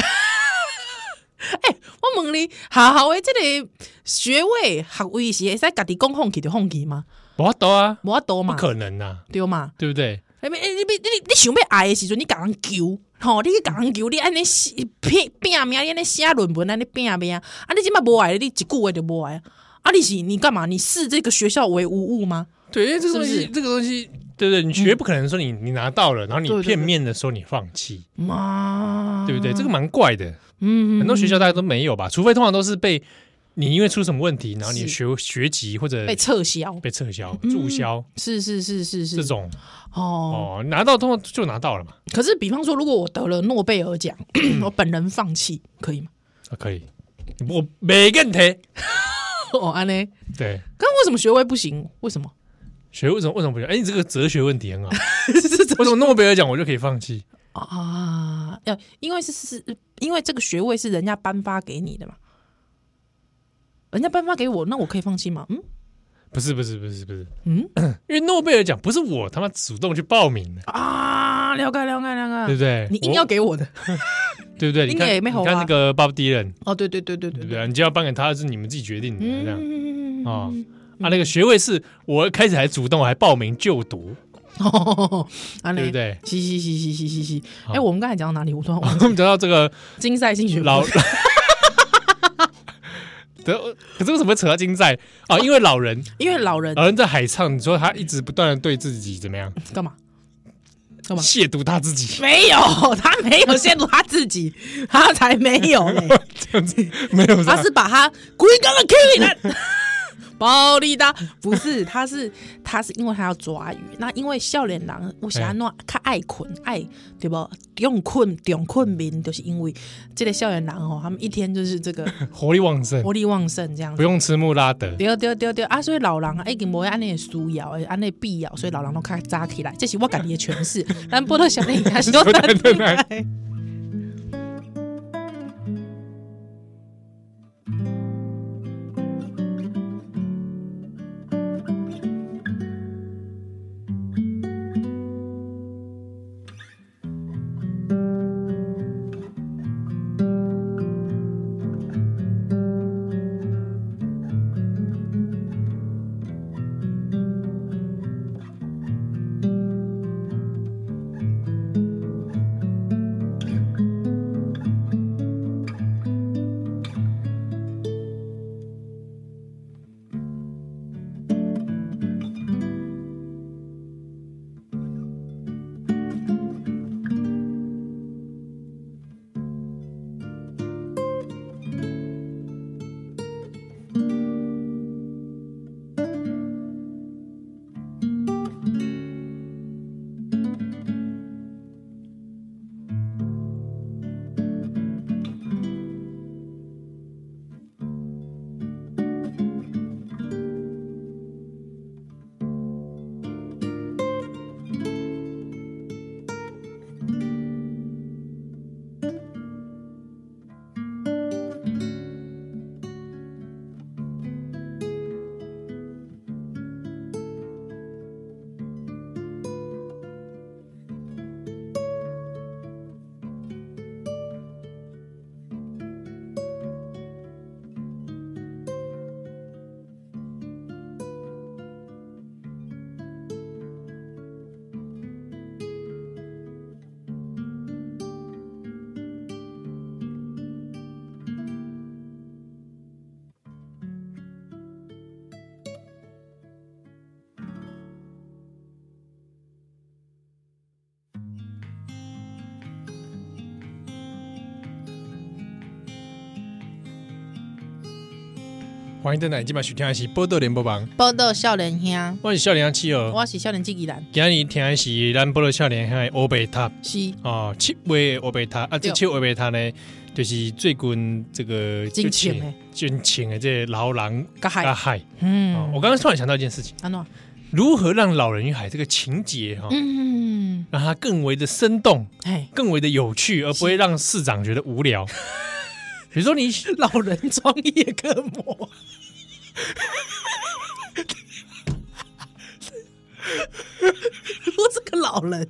Speaker 2: 我问你，好好诶，这个学位学位是会使家己讲放弃就放弃吗？
Speaker 1: 我懂啊，
Speaker 2: 无法度
Speaker 1: 不
Speaker 2: 嘛，
Speaker 1: 可能啊，
Speaker 2: 对嘛？
Speaker 1: 对不对？
Speaker 2: 哎，你你你你想要爱的时阵，你甲人求，吼，你去甲人求，你安尼写拼拼命，你安尼写论文，安尼拼命，啊，你即嘛无爱，你一句话就无爱。啊，你是你干嘛？你视这个学校为无物吗？
Speaker 1: 对，因为这个东西，
Speaker 2: 是不是
Speaker 1: 这个东西，嗯对不对？你绝不可能说你你拿到了，然后
Speaker 2: 对
Speaker 1: 你
Speaker 2: 对
Speaker 1: 片面的说你放弃，
Speaker 2: 嘛，
Speaker 1: 对不对？这个蛮怪的，
Speaker 2: 嗯，嗯，
Speaker 1: 很多学校大家都没有吧？除非通常都是被你因为出什么问题，然后你的学
Speaker 2: 是
Speaker 1: 学籍或者
Speaker 2: 被撤销，
Speaker 1: 被撤销、注销
Speaker 2: 是是是是是
Speaker 1: 这种
Speaker 2: 哦。
Speaker 1: 哦，拿到通常就拿到了嘛，
Speaker 2: 可是，比方说，如果我得了诺贝尔 奖，我本人放弃可以吗？
Speaker 1: 啊可以。我没问题，
Speaker 2: 哦，安呢？
Speaker 1: 对，
Speaker 2: 刚为什么学位不行？为什么？
Speaker 1: 学为什么为什么不行？哎，你这个哲学问题很好，
Speaker 2: 是怎
Speaker 1: 为什么诺贝尔奖我就可以放弃？
Speaker 2: 啊，要因为是是，因为这个学位是人家颁发给你的嘛，人家颁发给我，那我可以放弃吗？嗯
Speaker 1: 不是不是不是不是，
Speaker 2: 嗯
Speaker 1: 因为诺贝尔奖不是我他妈主动去报名的，
Speaker 2: 啊，了解了解了
Speaker 1: 对
Speaker 2: 解，
Speaker 1: 不对？
Speaker 2: 你硬要给我的
Speaker 1: 我对不对？你
Speaker 2: 硬
Speaker 1: 看
Speaker 2: 也没
Speaker 1: 你
Speaker 2: 好
Speaker 1: 看
Speaker 2: 啊
Speaker 1: 那个 Bob Dylan，
Speaker 2: 哦，对对对对
Speaker 1: 对
Speaker 2: 对
Speaker 1: 不，对？你就要颁给他是你们自己决定的这样
Speaker 2: 嗯
Speaker 1: 啊啊。那个学位是我开始还主动，我还报名就读，
Speaker 2: 哦，
Speaker 1: 对
Speaker 2: 对
Speaker 1: 不？对？
Speaker 2: 嘻嘻嘻嘻嘻嘻嘻，哎，
Speaker 1: 好
Speaker 2: 我们刚才讲到哪里？我突然忘
Speaker 1: 我们讲到这个
Speaker 2: 金赛性学
Speaker 1: 老
Speaker 2: 老，
Speaker 1: 得，可是为什么会扯到金寨啊？因为老人，
Speaker 2: 因为老人
Speaker 1: 老人在海上，你说他一直不断的对自己怎么样
Speaker 2: 干嘛？干嘛？
Speaker 1: 亵渎他自己，
Speaker 2: 没有，他没有亵渎他自己，他才没有嘞，
Speaker 1: 这样子没有
Speaker 2: 他
Speaker 1: 啥
Speaker 2: 是把他鬼刚刚 kill 了。暴力的不是，他是他是因为他要抓鱼，那因为笑脸狼，我喜欢弄较爱困爱对不？重困重困民，就是因为这个笑脸狼哦，他们一天就是这 个
Speaker 1: 活力旺盛，
Speaker 2: 活力旺盛这样
Speaker 1: 不
Speaker 2: 子。
Speaker 1: 用吃穆拉德，
Speaker 2: 对对对对啊！所以老人啊，已经无安尼需要，安尼必要，所以老人都较扎起来，这是我家己的诠 释。咱波特小丽还是都站起来。
Speaker 1: 欢迎登来，今晚许天安是波多联播榜，
Speaker 2: 报道少年兄，
Speaker 1: 我是笑脸阿七儿，
Speaker 2: 我是少年纪纪人，
Speaker 1: 今日听的是咱波多笑脸还欧贝塔
Speaker 2: 是
Speaker 1: 哦，七位欧贝塔啊，这
Speaker 2: 对
Speaker 1: 七位欧贝塔呢，就是最近这个
Speaker 2: 真情的
Speaker 1: 真情的这个老人
Speaker 2: 甲海
Speaker 1: 啊，海哦，我
Speaker 2: 嗯，
Speaker 1: 刚刚突然想到一件事情，
Speaker 2: 安怎？
Speaker 1: 如何让老人与海这个情节哈、
Speaker 2: 嗯，
Speaker 1: 让它更为的生动，
Speaker 2: 哎，
Speaker 1: 更为的有趣，而不会让市长觉得无聊。比如说你
Speaker 2: 老人装夜克魔，我是个老人。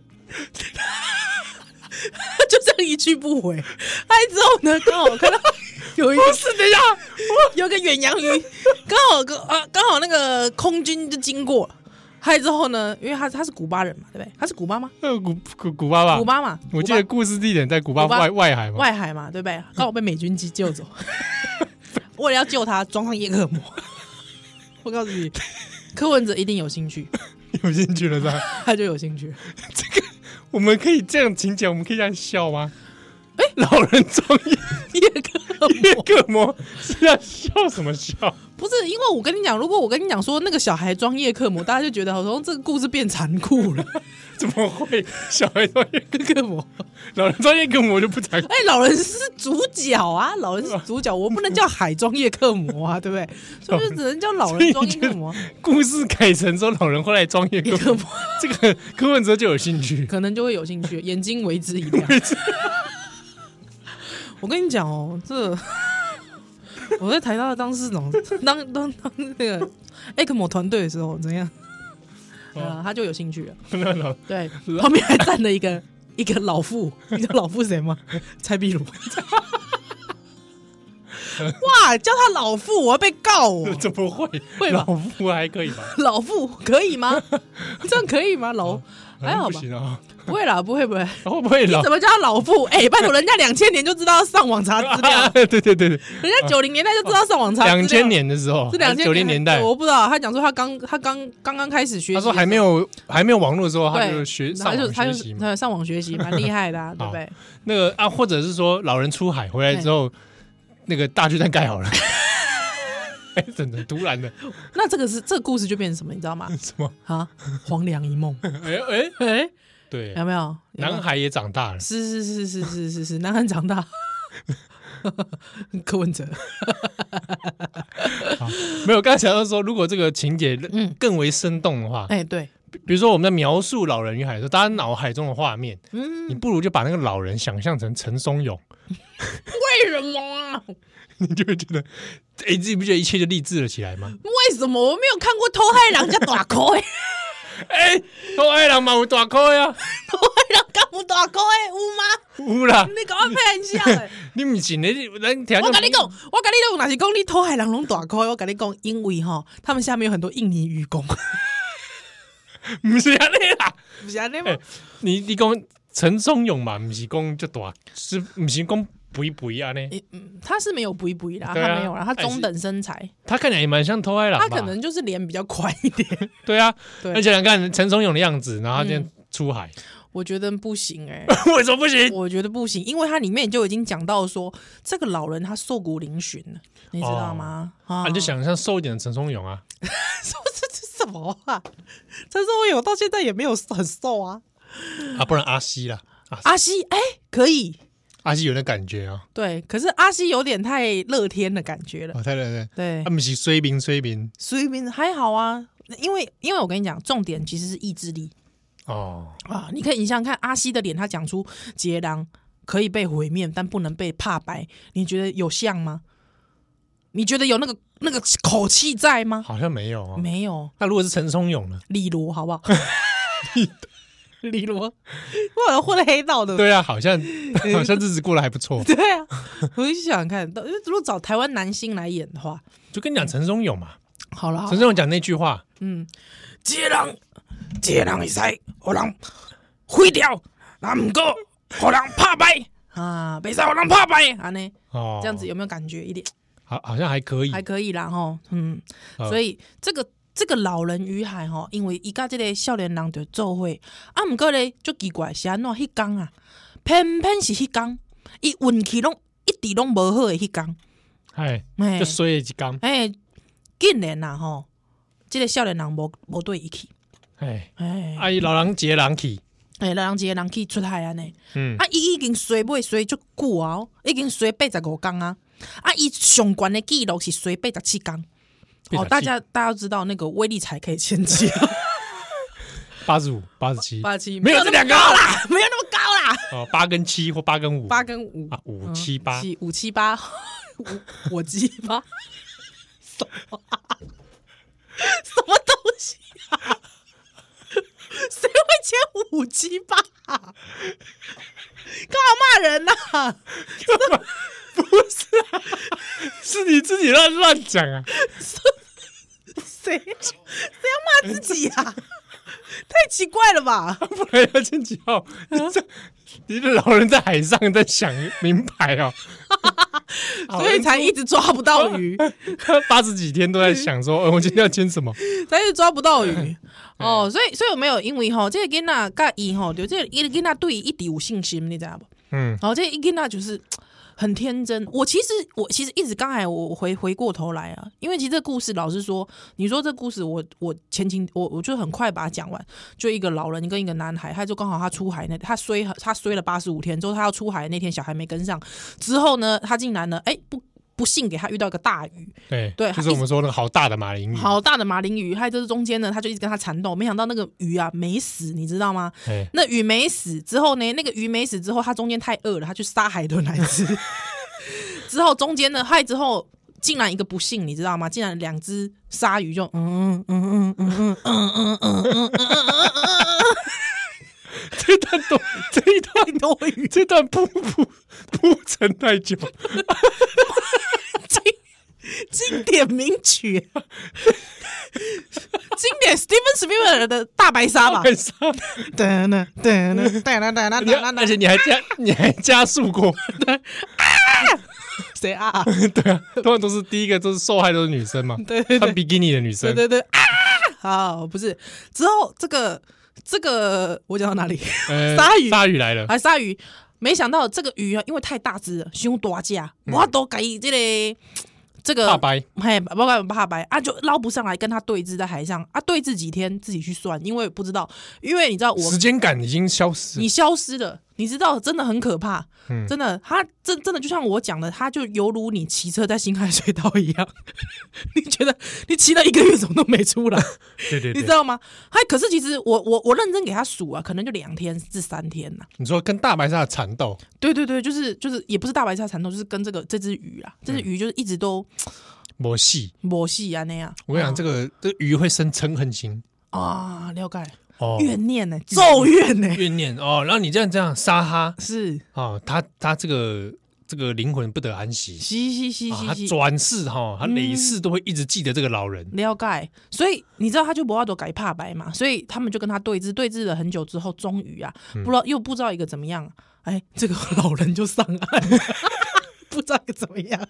Speaker 2: 他就这样一去不回。哎，之后呢，刚好我看到有一 个是等一下，有个远洋鱼，刚好个啊，刚好那个空军就经过。嗨之后呢，因为他他是古巴人嘛，对不对？他是古巴吗？
Speaker 1: 呃古古古巴吧，
Speaker 2: 古巴嘛，
Speaker 1: 我
Speaker 2: 古
Speaker 1: 记
Speaker 2: 巴
Speaker 1: 得故事地点在古巴
Speaker 2: 古巴
Speaker 1: 外外海嘛，
Speaker 2: 外海嘛，对不对？刚好被美军机救走，为了要救他，装上夜恶魔。我告诉你，柯文哲一定有兴趣，
Speaker 1: 有兴趣了是吧？
Speaker 2: 他就有兴趣。
Speaker 1: 我们可以这样情节，我们可以这样笑吗？哎，老人装夜
Speaker 2: 夜恶魔
Speaker 1: 夜恶魔是要笑什么笑？
Speaker 2: 不是因为我跟你讲，如果我跟你讲说那个小孩装夜克魔，大家就觉得好像这个故事变残酷了。
Speaker 1: 怎么会小孩装夜，
Speaker 2: 克魔，
Speaker 1: 老人装夜恶魔就不才
Speaker 2: 哎，老人是主角啊，老人是主角，我不能叫海装夜克魔啊，对不对？所以就只能叫老人装夜克魔，
Speaker 1: 故事改成说老人后来装夜
Speaker 2: 夜
Speaker 1: 恶
Speaker 2: 克
Speaker 1: 魔，
Speaker 2: 魔
Speaker 1: 这个柯文哲就有兴趣。
Speaker 2: 可能就会有兴 趣，眼睛为之一亮。 我跟你讲哦，这我在台大当市长，当当当那个 ECMO 团队的时候怎样？
Speaker 1: 哦
Speaker 2: 呃，他就有兴趣了。
Speaker 1: 那老
Speaker 2: 对， 旁边还站了一个 一个老妇，你知道老妇谁吗？蔡壁如。哇，叫他老傅，我要被告 我。
Speaker 1: 怎么会？
Speaker 2: 会吧
Speaker 1: 老夫还可以吧？
Speaker 2: 老傅可以 吗？这样可以吗？老还好
Speaker 1: 哦不
Speaker 2: 吧？
Speaker 1: 行啊，
Speaker 2: 不会啦，不会不会。
Speaker 1: 会不会老
Speaker 2: 你怎？么叫他老傅？哎、拜托，人家两千年就知道要上网查资料，
Speaker 1: 对对对对，
Speaker 2: 人家九零年代就知道上网查资料。
Speaker 1: 两千年的时候，
Speaker 2: 是两千
Speaker 1: 九零年代，
Speaker 2: 我不知道。他讲说他刚他刚刚刚开始学习的时
Speaker 1: 他
Speaker 2: 候，
Speaker 1: 说还没有还没有网络的时候，他
Speaker 2: 对，
Speaker 1: 就学上
Speaker 2: 他就
Speaker 1: 网
Speaker 2: 他
Speaker 1: 学
Speaker 2: 就
Speaker 1: 习嘛。
Speaker 2: 他上网学习，蛮厉害的、啊，对不对？
Speaker 1: 那个啊，或者是说老人出海回来之后，那个大巨蛋盖好 了。哎，真的突然的
Speaker 2: 那这个是这个故事就变成什么，你知道吗？
Speaker 1: 什 么？
Speaker 2: 啊，黄粱一梦，
Speaker 1: 哎哎，
Speaker 2: 哎、
Speaker 1: 对，
Speaker 2: 有没有？有没有
Speaker 1: 男孩也长大了，
Speaker 2: 是是是是是是是，男孩长大。柯文哲，
Speaker 1: 没有。刚才想到说，如果这个情节
Speaker 2: 嗯
Speaker 1: 更为生动的话，
Speaker 2: 哎、对，
Speaker 1: 比如说我们在描述老人与海的时候，大家脑海中的画面，
Speaker 2: 嗯，
Speaker 1: 你不如就把那个老人想象成陈松勇，
Speaker 2: 为什么啊？
Speaker 1: 你就会觉得，哎，你自己不觉得一切就励志了起来吗？
Speaker 2: 为什么我没有看过偷害人家大口诶？
Speaker 1: 哎，我爱人嘛有大块啊，
Speaker 2: 偷害人家有大口诶，有吗？
Speaker 1: 有啦，
Speaker 2: 你搞我骗一下 诶！
Speaker 1: 你唔信你，咱听
Speaker 2: 我跟你讲，我跟你讲，哪是讲你偷害人拢大口的？我跟你讲，因为哈，他们下面有很多印尼渔 工，
Speaker 1: 唔是安尼啦。
Speaker 2: 不是安尼
Speaker 1: 哎
Speaker 2: 吗？
Speaker 1: 你你讲陈松勇嘛，唔是讲就大，是唔是讲肥肥安尼？
Speaker 2: 嗯他是没有补一补啦，他
Speaker 1: 对啊
Speaker 2: 没有啦，他中等身材，
Speaker 1: 他看起来也蛮像偷爱郎吧？
Speaker 2: 他可能就是脸比较宽 一点。
Speaker 1: 对啊，
Speaker 2: 对
Speaker 1: 而且你看陈松勇的样子，然后他今天出海，
Speaker 2: 我觉得不行哎、
Speaker 1: 为什么不行？
Speaker 2: 我觉得不行，因为它里面就已经讲到说，这个老人他瘦骨嶙峋了，你知道吗？啊
Speaker 1: 啊，你就想象瘦一点的陈松勇啊，
Speaker 2: 说 这这什么啊？陈松勇到现在也没有很瘦啊。
Speaker 1: 啊，不然阿西啦，啊，
Speaker 2: 阿西哎、可以，
Speaker 1: 阿西有点感觉啊，
Speaker 2: 对，可是阿西有点太乐天的感觉了，
Speaker 1: 哦，太对对，
Speaker 2: 对
Speaker 1: 他，们是水兵水兵
Speaker 2: 随便还好啊，因为因为我跟你讲，重点其实是意志力
Speaker 1: 哦，
Speaker 2: 啊！你可以你想想看，阿西的脸，他讲出杰狼可以被毁灭，但不能被怕白，你觉得有像吗？你觉得有那个那个口气在吗？
Speaker 1: 好像没有哦。
Speaker 2: 没有，
Speaker 1: 那如果是陈松勇呢？
Speaker 2: 李罗好不 好？李罗，我好像混黑道的，
Speaker 1: 对啊，好像好像日子过得还不错。
Speaker 2: 对啊，我就想想看，如果找台湾男星来演的话，
Speaker 1: 就跟你讲陈松勇嘛，
Speaker 2: 好了，好
Speaker 1: 陈松
Speaker 2: 啦
Speaker 1: 勇讲那句话，
Speaker 2: 嗯，
Speaker 3: 这人，这人会使，互人毁掉，那毋过，互人拍败，
Speaker 2: 啊，被
Speaker 3: 袂使互人拍败。
Speaker 2: 啊呢，
Speaker 1: 哦，
Speaker 2: 这样子有没有感觉一点？
Speaker 1: 好，好像还可以，
Speaker 2: 还可以啦吼，嗯，
Speaker 1: 嗯
Speaker 2: 所以这个这个老人与海吼，因为伊甲这个少年人就做伙，啊，毋过咧就奇怪是安怎迄工啊，偏偏是迄工，伊运气拢一直拢无好诶迄工，
Speaker 1: 哎，
Speaker 2: 哎
Speaker 1: 就衰了一缸，
Speaker 2: 哎，竟然啊吼，这个少年人无无对伊去，
Speaker 1: 哎，
Speaker 2: 哎
Speaker 1: 阿姨老人接人去，
Speaker 2: 哎，老人一个人去出海安尼，
Speaker 1: 嗯，
Speaker 2: 啊，伊已经衰尾衰足久啊哦，已经衰八十五工啊，啊，伊上悬的记录是衰八十七工。哦，大家大家都知道那个威力才可以 前进，
Speaker 1: 八十五、八十七，
Speaker 2: 八七
Speaker 1: 没有这两个啊
Speaker 2: 高啦，没有那么高啦，
Speaker 1: 哦，八跟七或八跟五，
Speaker 2: 八跟五
Speaker 1: 啊，五七八，
Speaker 2: 七五七八， 五我七八，什么 啊、什么东西啊？谁会签五七八、啊？干嘛骂人呐、啊？
Speaker 1: 是你自己乱乱讲 啊，
Speaker 2: 谁谁要骂自己呀、啊？ 太奇怪了吧？
Speaker 1: 不然要签几号？你
Speaker 2: 嗯
Speaker 1: 这你的老人在海上在想明白哦，
Speaker 2: 所以才一直抓不到鱼，
Speaker 1: 他八十几天都在想说， 呃我今天要签什么？
Speaker 2: 才一直抓不到鱼。哦，所以所以有没有因为吼，这个囡仔甲伊吼，就这个囡仔对伊一直有信心，你知道不？
Speaker 1: 嗯，
Speaker 2: 然后这一囡仔就是嘖很天真。我其实我其实一直刚才我回回过头来啊，因为其实这故事老实说，你说这故事我我前情我我就很快把它讲完。就一个老人跟一个男孩，他就刚好他出海那他衰他衰了八十五天之后，他要出海那天小孩没跟上，之后呢他竟然呢哎不不幸给他遇到一个大雨，
Speaker 1: 对
Speaker 2: 对
Speaker 1: 哎就是我们说那个好大的马林鱼，，
Speaker 2: 好大的马林鱼，还有就是中间呢他就一直跟他缠斗，没想到那个鱼啊没死，你知道吗？
Speaker 1: 哎，
Speaker 2: 那鱼没死之后呢？那个鱼没死之后，他中间太饿了，他去杀海豚来 吃。之后中间呢，害之后竟然一个不幸，你知道吗？竟然两只鲨鱼就 嗯嗯嗯嗯嗯嗯嗯嗯嗯嗯
Speaker 1: 这一段都这一段
Speaker 2: 嗯，多余，
Speaker 1: 这段铺铺铺陈太久，
Speaker 2: 经典名曲，啊经典 Steven Spielberg 的《大白鲨》 吧？
Speaker 1: 为啥？
Speaker 2: 噔噔噔噔噔噔
Speaker 1: 你要
Speaker 2: 噔
Speaker 1: 而且你还加 你还加速过，
Speaker 2: 谁啊？
Speaker 1: 对啊， 通常都是第一个都是受害都是女生嘛，
Speaker 2: 对对对
Speaker 1: 穿比基尼的女
Speaker 2: 对
Speaker 1: 生，
Speaker 2: 对对啊！好，不是之后这个这个我讲到哪里？
Speaker 1: 呃
Speaker 2: 鲨鱼
Speaker 1: 鲨鱼来了，
Speaker 2: 啊，鲨鱼，没想到这个鱼啊，因为太大只了，胸大只啊，我都给这个这个
Speaker 1: 大嗯白，
Speaker 2: 嘿，包括怕白啊，就捞不上来，跟他对峙在海上啊，对峙几天自己去算，因为不知道，因为你知道我
Speaker 1: 时间感已经消失
Speaker 2: 你
Speaker 1: 了，
Speaker 2: 消失了，你知道真的很可怕，
Speaker 1: 嗯
Speaker 2: 真的，他真真的就像我讲的，他就犹如你骑车在新海隧道一样， 你觉得你骑了一个月怎么都没出来，
Speaker 1: 对对
Speaker 2: 你
Speaker 1: 对，
Speaker 2: 知道吗？还可是其实我我我认真给他数啊，可能就两天至三天呐、
Speaker 1: 你说跟大白鲨的缠斗，
Speaker 2: 对对对，就是就是，也不是大白鲨缠斗，就是跟这个这只鱼啊，
Speaker 1: 嗯
Speaker 2: 这只鱼就是一直都
Speaker 1: 没戏。
Speaker 2: 磨戏啊那样。
Speaker 1: 我跟你讲，这个这个鱼会生嗔恨心
Speaker 2: 啊，了解
Speaker 1: 哦，
Speaker 2: 怨念呢、咒怨呢、
Speaker 1: 怨念哦，然后你这样这样杀他
Speaker 2: 是，
Speaker 1: 哦，他他这个这个灵魂不得安息，
Speaker 2: 嘻嘻嘻
Speaker 1: 啊，他
Speaker 2: 嘻嗯嘻，
Speaker 1: 转世哈，他累世都会一直记得这个老人。
Speaker 2: 了解。所以你知道他就不要多改怕白嘛，所以他们就跟他对峙，对峙了很久之后，终于啊，
Speaker 1: 嗯
Speaker 2: 不知道又不知道一个怎么样，哎，这个老人就上岸了， 不知道一个怎么样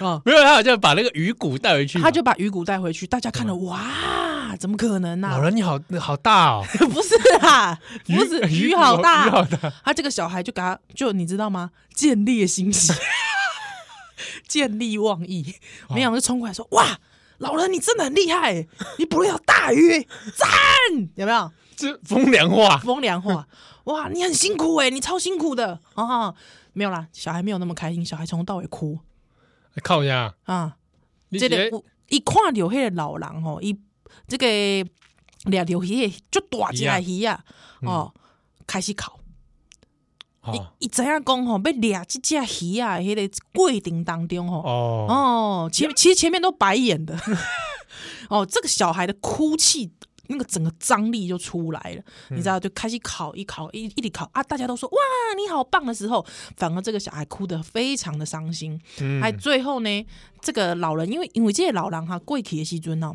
Speaker 2: 啊。
Speaker 1: 没有，他好像把那个鱼骨带回去嘛。
Speaker 2: 他就把鱼骨带回去，大家看了，哇，怎么可能呢、
Speaker 1: 老 人你好好大哦，
Speaker 2: 不是啦，不是
Speaker 1: 鱼
Speaker 2: 鱼好大，
Speaker 1: 鱼好大，
Speaker 2: 他这个小孩就给他，就你知道吗？见猎心喜， 见利忘义，
Speaker 1: 哦
Speaker 2: 没想到就冲过来说：“哇，老人你真的很厉害，你捕了一条大鱼， 赞！有没有
Speaker 1: 这风凉话
Speaker 2: 风凉话？哇，你很辛苦哎，你超辛苦的啊！没有啦，小孩没有那么开心，小孩从头到尾哭
Speaker 1: 靠一下，
Speaker 2: 啊。
Speaker 1: 你
Speaker 2: 这
Speaker 1: 觉
Speaker 2: 个
Speaker 1: 得
Speaker 2: 有一看到迄个老人吼，伊这个掠着迄个足大只的鱼啊，哦，开始哭。
Speaker 1: 哦
Speaker 2: 伊知影讲吼，要掠即只鱼啊，迄个过程当中吼，
Speaker 1: 哦
Speaker 2: 哦，前其实前面都白眼的， 哦，这个小孩的哭泣。那个整个张力就出来了，
Speaker 1: 嗯
Speaker 2: 你知道，就开始考一考一一直考啊，大家都说哇你好棒的时候，反而这个小孩哭得非常的伤心，
Speaker 1: 嗯
Speaker 2: 还最后呢，这个老人因为因为这个老人哈、过去的时阵哦，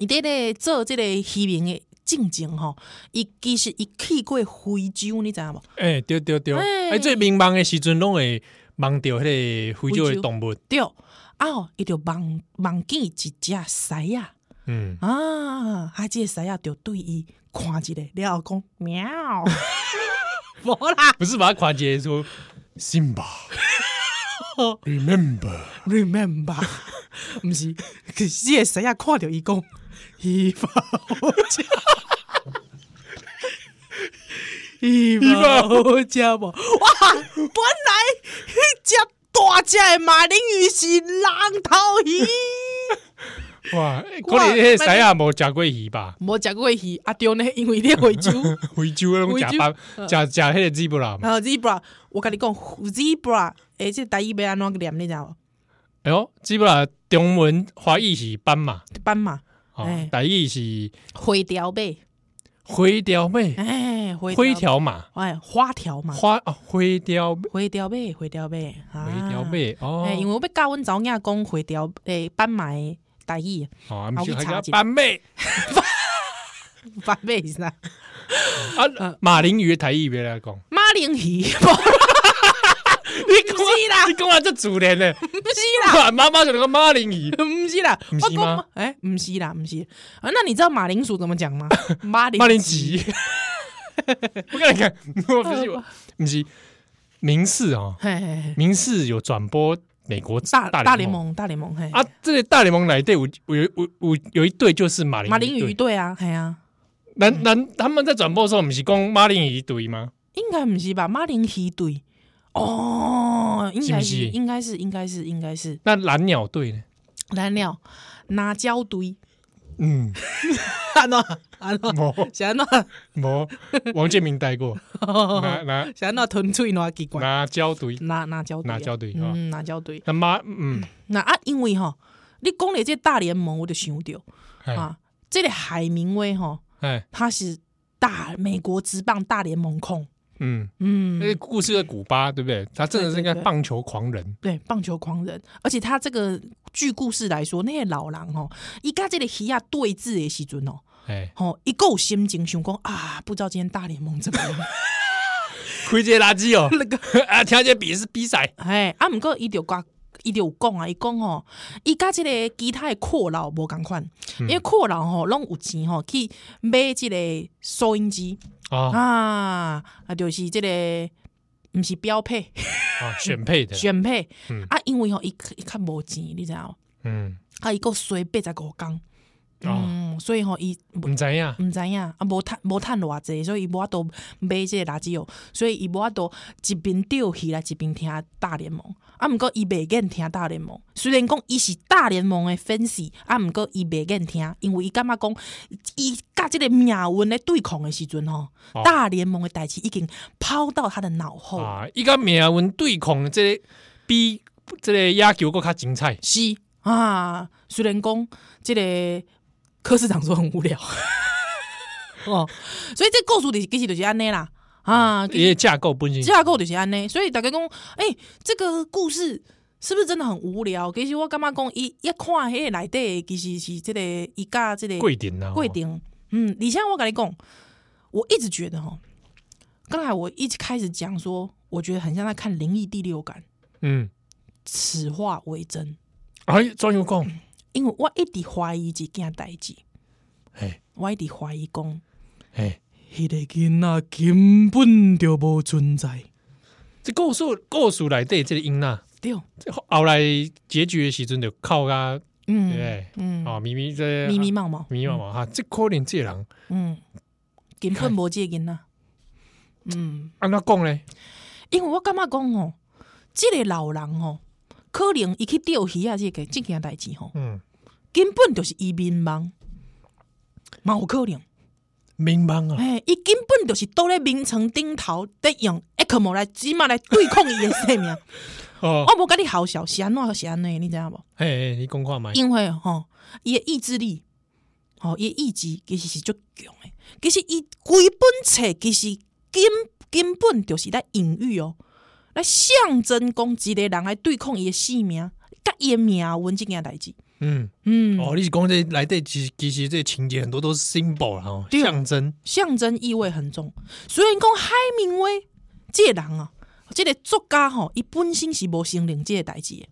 Speaker 2: 伊在咧做这个渔民的进前吼，伊其实伊去过非洲，你知道无？
Speaker 1: 哎对对对，
Speaker 2: 哎
Speaker 1: 哎最迷茫的时阵拢会忙掉迄个非洲的动物，
Speaker 2: 对，啊、哦，伊就望望见一只狮啊，
Speaker 1: 嗯，
Speaker 2: 啊，啊，这个狮啊就对伊看一下，了后讲喵， 无啦
Speaker 1: 不是把它垮结出 Simba
Speaker 2: 哦
Speaker 1: remember
Speaker 2: ，remember，毋是，可是这个狮啊看着伊讲，伊发好食，伊发好食无？ 哇，本来迄只大只的马林鱼是人头鱼。
Speaker 1: 哇，哎可能迄个谁也无食过鱼 吧？
Speaker 2: 无食过鱼，啊对呢，因为你回 酒，
Speaker 1: 非洲的拢食斑，食食迄个 zebra 嘛。
Speaker 2: 然后 zebra，我跟你讲 zebra，诶，这台语要安怎念你知道无？
Speaker 1: 哎呦，zebra 中文华语是斑马，
Speaker 2: 斑马，
Speaker 1: 啊
Speaker 2: 哎，
Speaker 1: 台语是
Speaker 2: 灰条呗，
Speaker 1: 灰雕妹，
Speaker 2: 哎，灰
Speaker 1: 灰，条马，
Speaker 2: 哎，花条嘛，
Speaker 1: 花啊灰雕妹，
Speaker 2: 灰条呗，灰条呗，
Speaker 1: 灰雕
Speaker 2: 呗，
Speaker 1: 妹哦
Speaker 2: 啊哎，，因为我要教阮查某囝讲灰条，诶，斑马的台语，
Speaker 1: 哦，啊不是
Speaker 2: 我
Speaker 1: 还
Speaker 2: 去查
Speaker 1: 叫
Speaker 2: 一下
Speaker 1: 斑妹
Speaker 2: 斑马是啥？呃
Speaker 1: 啊，马林鱼的台语别来讲，
Speaker 2: 马铃鱼，不是 啦
Speaker 1: 你，讲啊这主人呢？
Speaker 2: 不是 啦。
Speaker 1: 妈妈就那个马林 鱼，
Speaker 2: 不是啦，
Speaker 1: 不
Speaker 2: 我
Speaker 1: 是吗
Speaker 2: 讲嘛？哎，不是啦，不是啊。那你知道马铃薯怎么 讲吗？马铃
Speaker 1: 马林
Speaker 2: 薯
Speaker 1: 吉，我跟你看，我不是我不是明视哦，
Speaker 2: 嘿嘿嘿，
Speaker 1: 明视有转播美国
Speaker 2: 大
Speaker 1: 大
Speaker 2: 联
Speaker 1: 联盟。
Speaker 2: 盟，大联盟，嘿
Speaker 1: 啊，这个大联盟来队，我我有我我有一队就是马林
Speaker 2: 马林鱼
Speaker 1: 队，
Speaker 2: 队啊，系啊，
Speaker 1: 难难他们在转播的时候，我们是讲马林鱼队吗？
Speaker 2: 应该不是吧？马林鱼队，哦，应该
Speaker 1: 是
Speaker 2: 是，
Speaker 1: 不是
Speaker 2: 应该是，应该是，应该是
Speaker 1: 那蓝鸟队呢？
Speaker 2: 蓝鸟拿胶堆，
Speaker 1: 嗯，
Speaker 2: 安诺安诺，
Speaker 1: 没
Speaker 2: 是 安诺
Speaker 1: 没，王建民带 过，
Speaker 2: 哦
Speaker 1: 拿拿
Speaker 2: 是安诺吞喙哪奇 怪，
Speaker 1: 拿胶队，
Speaker 2: 拿拿胶
Speaker 1: 拿胶
Speaker 2: 堆
Speaker 1: 队
Speaker 2: 啊，
Speaker 1: 啊。
Speaker 2: 嗯，拿胶堆，
Speaker 1: 那马嗯，
Speaker 2: 那啊，因为吼，你讲了这大联盟，我就想到
Speaker 1: 哎
Speaker 2: 啊，这个海明威吼，
Speaker 1: 哎
Speaker 2: 他是大美国职棒大联盟控。
Speaker 1: 嗯，
Speaker 2: 嗯，
Speaker 1: 那故事的古巴，对不对？他真的是一个
Speaker 2: 对对对
Speaker 1: 棒球狂人，
Speaker 2: 对，棒球狂人，而且他这个据故事来说，那些老狼哦，伊甲这个鱼亚对峙的时阵哦，
Speaker 1: 哎，
Speaker 2: 吼一有心情想讲啊，不知道今天大联盟怎么样，
Speaker 1: 亏这垃圾哦，
Speaker 2: 那个
Speaker 1: 啊，听这比是比赛，
Speaker 2: 哎，啊，毋过伊就讲，伊就有讲啊，伊讲吼，伊甲即个其他的阔佬无共款，因为阔佬吼拢有钱吼去买即个收音机
Speaker 1: 啊
Speaker 2: 啊，啊，就是即、个毋是标配
Speaker 1: 啊，选配的，
Speaker 2: 选配
Speaker 1: 嗯
Speaker 2: 啊，因为吼伊伊较无钱，你知影？
Speaker 1: 嗯，
Speaker 2: 啊，伊个衰八十五工，
Speaker 1: 哦，
Speaker 2: 嗯，所以吼伊
Speaker 1: 唔知呀，
Speaker 2: 毋知影啊，无趁无趁偌济，所以伊无法度买即个垃圾哦，所以伊无法度一边钓鱼来一边听大联盟。啊，毋过伊袂瘾听大联盟，虽然讲伊是大联盟的粉丝，啊，毋过伊袂瘾听，因为伊感觉讲伊甲即个命运咧对抗的时阵吼，
Speaker 1: 哦
Speaker 2: 大联盟的代志已经抛到他的脑后。
Speaker 1: 啊，一个命运对抗的这个比这个野球更较精彩，
Speaker 2: 是啊，虽然讲这个柯市长说很无聊， 哦，所以这故事就是其实就是安尼啦，啊，
Speaker 1: 因为架构本身
Speaker 2: 架构就是安尼，所以大家讲，诶、这个故事是不是真的很无聊？其实我感觉讲，伊一看迄个内底，其实是这个伊甲这个
Speaker 1: 贵点呐，
Speaker 2: 贵定，嗯，而且我跟你讲，我一直觉得吼，刚才我一开始讲说，我觉得很像在看《灵异第六感》，
Speaker 1: 嗯，
Speaker 2: 此话为真。
Speaker 1: 哎，专有讲，
Speaker 2: 因为我一直怀疑一件代志，
Speaker 1: 哎
Speaker 2: 我一直怀疑讲，
Speaker 1: 哎，
Speaker 2: 迄、个囡仔根本就无存在。
Speaker 1: 这故事故事来对这个音呐，
Speaker 2: 对，
Speaker 1: 这后来结局的时阵就靠啊，对不
Speaker 2: 嗯
Speaker 1: 对？
Speaker 2: 嗯，
Speaker 1: 啊，迷迷这
Speaker 2: 迷迷冒冒，
Speaker 1: 迷迷嘛哈，这可能这个人
Speaker 2: 嗯，根本无这个囡仔。嗯，
Speaker 1: 安怎讲呢？
Speaker 2: 因为我感觉讲吼，即、个老人吼，可能伊去钓鱼啊，即、个即件代志吼，
Speaker 1: 嗯，
Speaker 2: 根本就是伊迷茫，嘛有可能。
Speaker 1: 迷茫啊，
Speaker 2: 哎、伊根本就是倒咧眠床顶头，在用 ECMO 来即嘛来对抗伊的生命。
Speaker 1: 哦，
Speaker 2: 我无甲你好笑，是安怎是安尼，你知影无？
Speaker 1: 哎哎，你讲看麦，
Speaker 2: 因为吼，伊的意志力，吼，伊的意志其实是足强的。其实伊规本册其实根根本就是在隐喻哦，来象征讲一个人来对抗伊的性命，甲伊的命运即件代志。
Speaker 1: 嗯，
Speaker 2: 嗯，
Speaker 1: 哦，你是讲这来对，其实其实这情节很多都是 symbol 啦哦，
Speaker 2: 对
Speaker 1: 象征，
Speaker 2: 象征意味很重。虽然讲海明威这个人啊，这个作家吼、伊本身是无承认这个代志的。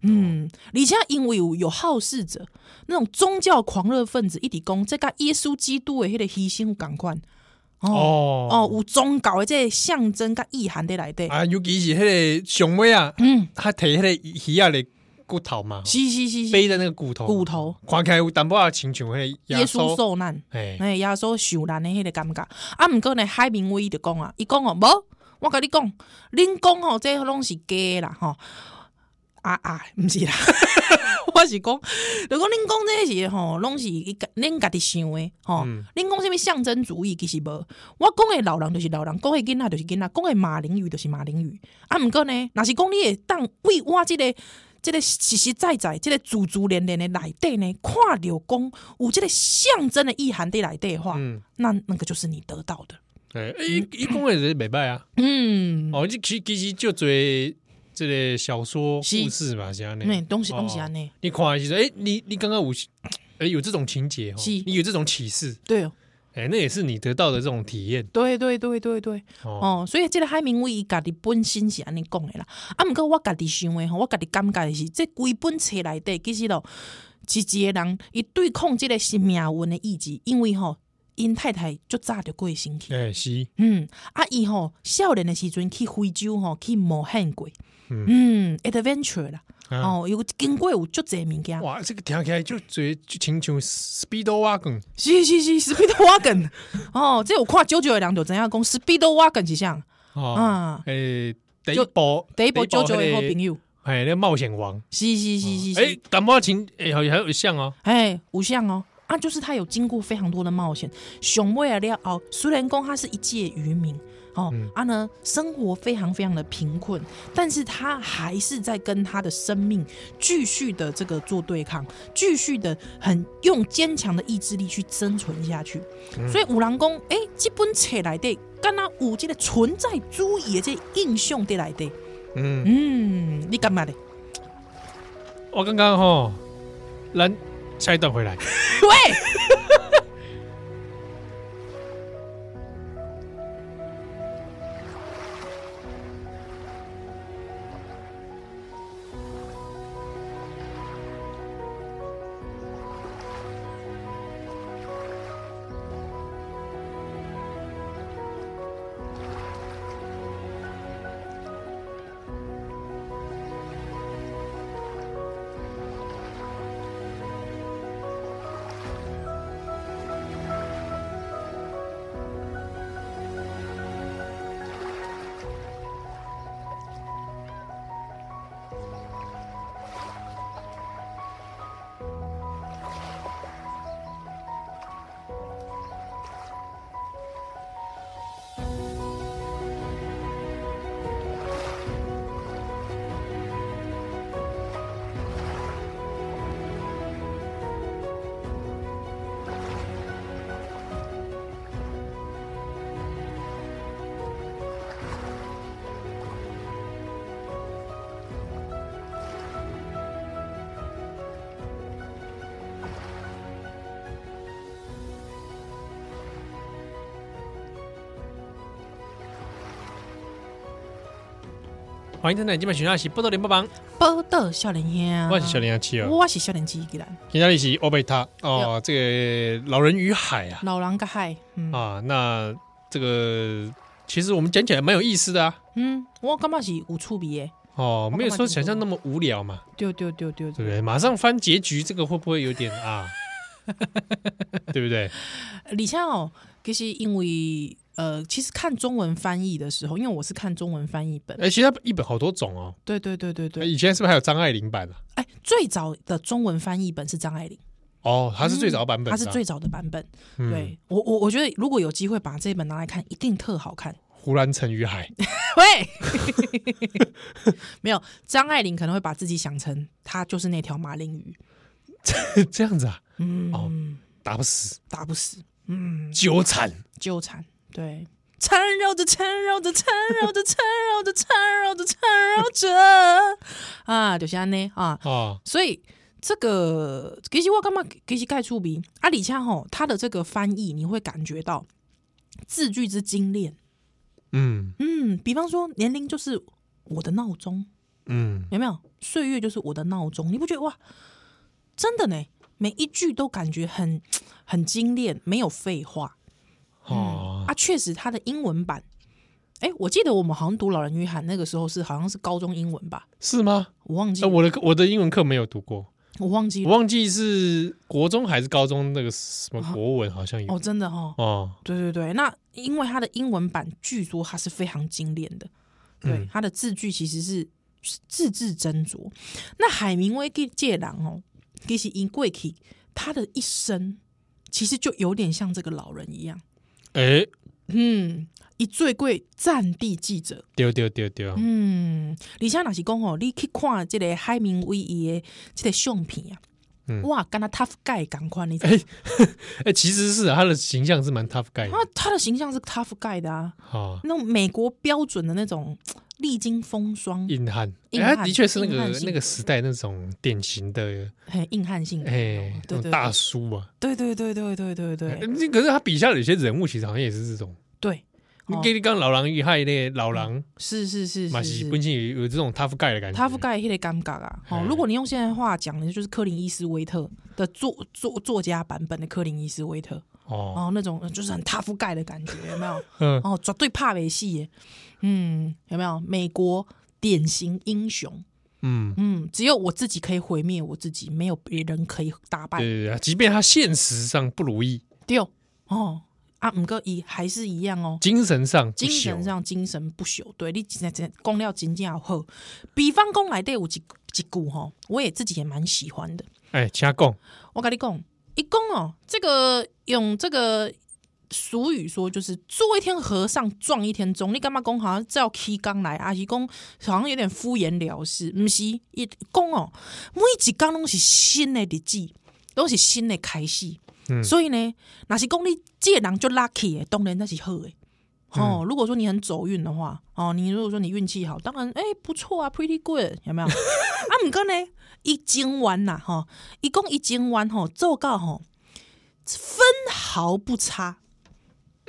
Speaker 2: 嗯，而且因为有有好事者，那种宗教狂热分子一直讲，这甲耶稣基督的迄个牺牲有共款。哦
Speaker 1: 哦
Speaker 2: 哦，有宗教的这个象征甲意涵在内底。
Speaker 1: 啊，尤其是迄个熊威啊，
Speaker 2: 嗯，
Speaker 1: 他摕迄个鱼啊的骨头嘛，
Speaker 2: 是是是是，
Speaker 1: 背着那个骨头，
Speaker 2: 骨头，
Speaker 1: 看起来有淡薄仔亲像迄个
Speaker 2: 耶稣，受难。
Speaker 1: 哎，
Speaker 2: 哎，耶稣受难的迄个感觉。啊，毋过呢，海明威伊就讲啊，伊讲哦，无，我甲你讲，恁讲吼，这拢是假的啦，吼。啊啊，毋是啦， 我是讲，如果恁讲这是吼，拢是伊家恁家己想的吼。
Speaker 1: 嗯
Speaker 2: 恁讲什物象征主义，其实无。我讲的老人就是老人，讲的囡仔就是囡仔，讲的马林鱼就是马林鱼。啊，毋过呢，若是讲你会当为我即、个。即个实实在在，即、个自自然然的内底呢，看着讲有即个象征的意涵在内底的话，
Speaker 1: 嗯，
Speaker 2: 那那个就是你得到的。
Speaker 1: 哎，伊伊讲的是袂歹啊，
Speaker 2: 嗯，
Speaker 1: 哦，你其其实就做这个小说
Speaker 2: 是嗯
Speaker 1: 故事嘛，是安
Speaker 2: 那
Speaker 1: 尼，
Speaker 2: 东西东西安尼，
Speaker 1: 你看的时候，哎，你你刚刚有，哎，有这种情节哦，
Speaker 2: 是
Speaker 1: 你有这种启示，
Speaker 2: 对哦，
Speaker 1: 哎，那也是你得到的这种体验
Speaker 2: 对对对对对，
Speaker 1: 哦，
Speaker 2: 哦，所以即个海明威伊家己本身是安尼讲的啦。啊，毋过我家己想的吼，我家己感觉的是，即规本册内底其实咯，是一个人伊对抗即个是命运的意志，因为吼，因太太就早就过身去。
Speaker 1: 哎，是，
Speaker 2: 嗯，啊，伊吼少年的时阵去非洲吼去冒险过，
Speaker 1: 嗯
Speaker 2: 嗯，adventure 啦，
Speaker 1: 啊
Speaker 2: 哦，有经过有足侪物件，
Speaker 1: 哇，这个听起来就最就亲像 Speedo 啊，更
Speaker 2: 是是是，speed wagon，哦， 这有看九九的人就知影讲 speed wagon 是啥，
Speaker 1: 哦，
Speaker 2: 啊，
Speaker 1: 诶，第一
Speaker 2: 就
Speaker 1: 部
Speaker 2: 第一部九九
Speaker 1: 那
Speaker 2: 的
Speaker 1: 个
Speaker 2: 好朋友，
Speaker 1: 哎，那个冒险王，
Speaker 2: 是是是是
Speaker 1: 哎
Speaker 2: 是，，
Speaker 1: 淡薄仔情哎，好像有像哦，
Speaker 2: 哎，有像哦，啊，就是他有经过非常多的冒险。熊为了要哦，虽然公他是一介渔民哦，啊呢，生活非常非常的贫困，但是他还是在跟他的生命继续的这个做对抗，继续的很用坚强的意志力去生存下去。所以五郎公哎，这本册来的，干那有这个存在主义的这个英雄的来的，
Speaker 1: 嗯，
Speaker 2: 嗯，你干嘛的？
Speaker 1: 我刚刚哈，咱下一段回来。
Speaker 2: 喂。
Speaker 1: 欢迎登来，今晚选到是波多连播榜，
Speaker 2: 报道少年兄，
Speaker 1: 我是小林阿七哦，
Speaker 2: 我是少年机器人，
Speaker 1: 今天一起欧贝塔哦，这个老人与海啊
Speaker 2: 老人甲海，嗯
Speaker 1: 啊，那这个其实我们讲起来蛮有意思的啊，
Speaker 2: 嗯，我感觉是有趣味的，
Speaker 1: 哦，没有说想象那么无聊嘛，
Speaker 2: 对对对对
Speaker 1: 对
Speaker 2: 对，
Speaker 1: 不对？马上翻结局，这个会不会有点啊？对不对？
Speaker 2: 而且哦，其实因为呃，其实看中文翻译的时候，因为我是看中文翻译本，
Speaker 1: 哎，其实它一本好多种哦，
Speaker 2: 对对对对对，
Speaker 1: 以前是不是还有张爱玲版啊？
Speaker 2: 哎，最早的中文翻译本是张爱玲，
Speaker 1: 哦，它是最早版本的啊，
Speaker 2: 嗯它是最早的版本，
Speaker 1: 嗯
Speaker 2: 对我我我觉得如果有机会把这一本拿来看，一定特好看。
Speaker 1: 湖南城与海，
Speaker 2: 喂， 没有张爱玲可能会把自己想成她就是那条马林鱼，
Speaker 1: 这样子啊，
Speaker 2: 嗯，
Speaker 1: 哦打不死，
Speaker 2: 打不死，嗯，
Speaker 1: 纠缠。
Speaker 2: 纠缠，对，缠绕着，缠绕着，缠绕着，缠绕着，缠绕着，缠绕着， 啊，就是安尼啊，
Speaker 1: 哦，
Speaker 2: 所以这个其实我干嘛其实盖出名啊，李恰吼他的这个翻译，你会感觉到字句之精炼，
Speaker 1: 嗯
Speaker 2: 嗯，比方说年龄就是我的闹钟，
Speaker 1: 嗯，
Speaker 2: 有没有？岁月就是我的闹钟，你不觉得哇？真的呢，每一句都感觉很很精炼，没有废话。
Speaker 1: 哦，
Speaker 2: 啊，确实它的英文版，哎、我记得我们好像读《老人与海》那个时候是好像是高中英文吧，
Speaker 1: 是吗？
Speaker 2: 我忘记
Speaker 1: 呃
Speaker 2: 了，
Speaker 1: 我的课我的英文课没有读过，
Speaker 2: 我忘记
Speaker 1: 我
Speaker 2: 了。
Speaker 1: 忘记是国中还是高中那个什么国文好像
Speaker 2: 哦，
Speaker 1: 有
Speaker 2: 真的哦，
Speaker 1: 哦，
Speaker 2: 对对对，那因为它的英文版据说它是非常精炼的，对
Speaker 1: 嗯，
Speaker 2: 它的字句其实是是字字斟酌。那海明威给借郎哦，其实因贵体他的一生其实就有点像这个老人一样，
Speaker 1: 哎，
Speaker 2: 嗯，以最贵战地记者，
Speaker 1: 丢丢丢丢，
Speaker 2: 嗯，而且若是讲吼，你去看即个海明威伊的即个相片啊，
Speaker 1: 嗯
Speaker 2: 哇，跟他 Tough Guy 同款，你知道吗
Speaker 1: 哎哎，其实是啊他的形象是蛮 tough guy
Speaker 2: 他
Speaker 1: 的
Speaker 2: 他的形象是 Tough Guy 的啊，
Speaker 1: 哦，
Speaker 2: 那种美国标准的那种历经风霜、
Speaker 1: 硬汉，
Speaker 2: 硬
Speaker 1: 哎，
Speaker 2: 汉
Speaker 1: 他的确是那
Speaker 2: 硬汉
Speaker 1: 个
Speaker 2: 性
Speaker 1: 那个时代那种典型的
Speaker 2: 很硬汉性格，
Speaker 1: 哎
Speaker 2: 哦对
Speaker 1: 那种
Speaker 2: 对
Speaker 1: 大叔啊，
Speaker 2: 对对对对对对
Speaker 1: 哎
Speaker 2: 对
Speaker 1: 可是他笔下的有些人物其实好像也是这种。
Speaker 2: 对，
Speaker 1: 你
Speaker 2: 哦
Speaker 1: 给你刚老狼遇害那老狼，
Speaker 2: 是是是
Speaker 1: 马
Speaker 2: 是
Speaker 1: 西
Speaker 2: 是
Speaker 1: 本身有有这种 tough guy 的感觉。
Speaker 2: ，Tough Guy 迄个尴尬啊，哦
Speaker 1: 哎，
Speaker 2: 如果你用现在话讲的，就是科林伊斯威特的作作作家版本的科林伊斯威特，
Speaker 1: 哦，
Speaker 2: 哦，那种就是很 Tough Guy 的感觉，有没有？
Speaker 1: 嗯，
Speaker 2: 哦，绝对怕没戏耶。嗯，有没有？美国典型英雄，
Speaker 1: 嗯，
Speaker 2: 嗯，只有我自己可以毁灭我自己，没有别人可以打
Speaker 1: 对
Speaker 2: 败。
Speaker 1: 对对，即便他现实上不如意，
Speaker 2: 对哦，哦啊，五哥一还是一样哦，
Speaker 1: 精神上不
Speaker 2: 精神
Speaker 1: 朽啊
Speaker 2: 上精神不朽。对你真真公料真正好，比方讲来对有一一句吼，我也自己也蛮喜欢的。
Speaker 1: 哎，请讲，
Speaker 2: 我跟你讲，一共哦，这个用这个俗语说，就是做一天和尚撞一天钟。你干嘛讲好像照起刚来啊？是讲好像有点敷衍了事，不是？一讲哦，每一工拢是新的日子，拢是新的开始。
Speaker 1: 嗯
Speaker 2: 所以呢，若是讲你这个人就 lucky 的，当然那是好的。哦，如果说你很走运的话，哦，你如果说你运气好，当然哎、不错啊，pretty good，有没有？啊，毋过呢，伊真完呐，吼，伊讲伊真完吼，做到吼，分毫不差。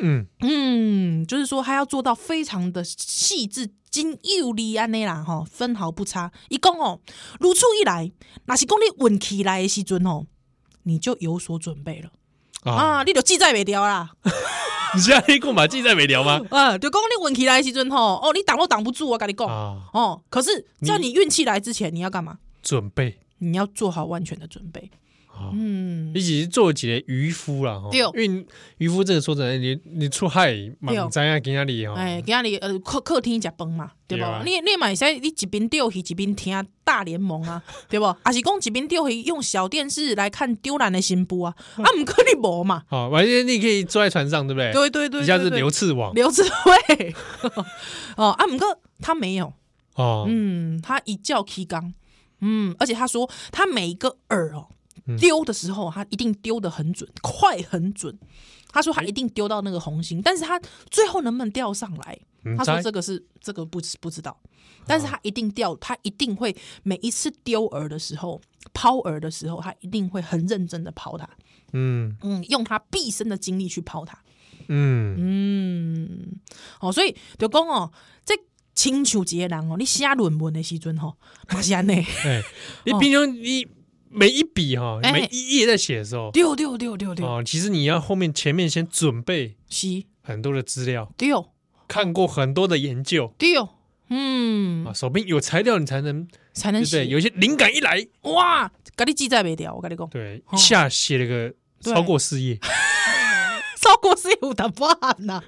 Speaker 1: 嗯，
Speaker 2: 嗯，就是说他要做到非常的细致、精又力安尼啦，吼，分毫不差。伊讲哦，如此一来，若是讲你运气来的时阵哦，你就有所准备了
Speaker 1: 啊，
Speaker 2: 啊，你就记载袂掉 啦。
Speaker 1: 你现在黑空把自己在没聊吗？
Speaker 2: 啊，就讲你运气来的时阵吼，哦，你挡都挡不住，我跟你讲。
Speaker 1: 啊，
Speaker 2: 哦，可是在
Speaker 1: 你
Speaker 2: 你运气来之前，你要干嘛？
Speaker 1: 准备
Speaker 2: 你要做好万全的准备。
Speaker 1: 啊，
Speaker 2: 嗯，
Speaker 1: 你只是做几个渔夫啦，吼
Speaker 2: 对
Speaker 1: 因为渔夫这个说真的，你你出海
Speaker 2: 对
Speaker 1: 蛮知啊，今仔日吼，
Speaker 2: 哎，今日呃客客厅食饭嘛，对
Speaker 1: 对啊
Speaker 2: 无？你你嘛会使你一边钓鱼一边听大联盟 啊，对无？啊是讲一边钓鱼用小电视来看丢篮的 新妇啊，啊毋过你无嘛？
Speaker 1: 好，反正你可以坐在船上，对不对？
Speaker 2: 对对对，
Speaker 1: 一下
Speaker 2: 对
Speaker 1: 是
Speaker 2: 对
Speaker 1: 留刺网
Speaker 2: 刘志伟，哦啊毋过他没有，
Speaker 1: 哦，
Speaker 2: 嗯，他一觉起刚，嗯，而且他说他每一个饵哦
Speaker 1: 嗯
Speaker 2: 丢的时候，他一定丢的很准，快很准。他说他一定丢到那个红心，但是他最后能不能钓上来，
Speaker 1: 嗯哦
Speaker 2: 他说
Speaker 1: 知
Speaker 2: 这个是这个不知不知道，但是他一定钓，他一定会每一次丢饵的时候、抛饵的时候，他一定会很认真的抛它，
Speaker 1: 嗯
Speaker 2: 嗯，用他毕生的精力去抛它。
Speaker 1: 嗯，
Speaker 2: 嗯，哦，所以就讲哦，这亲像一个人哦，你写论文的时阵吼，嘛是安尼，
Speaker 1: 哎，你平常你每一笔哈，
Speaker 2: 哦哎
Speaker 1: 每一页在写的时候，
Speaker 2: 对对对对对，
Speaker 1: 哦，其实你要后面前面先准备
Speaker 2: 是，
Speaker 1: 很多的资料，
Speaker 2: 对
Speaker 1: 看过很多的研究
Speaker 2: 对，嗯
Speaker 1: 啊，，手边有材料，你才能
Speaker 2: 才
Speaker 1: 对
Speaker 2: 能
Speaker 1: 不对？
Speaker 2: 写
Speaker 1: 有一些灵感一来，
Speaker 2: 哇，甲你记载袂掉，我跟你讲，
Speaker 1: 对，
Speaker 2: 哦
Speaker 1: 一下写了个
Speaker 2: 对
Speaker 1: 超过四页，
Speaker 2: 超过是有淡薄 汗呐，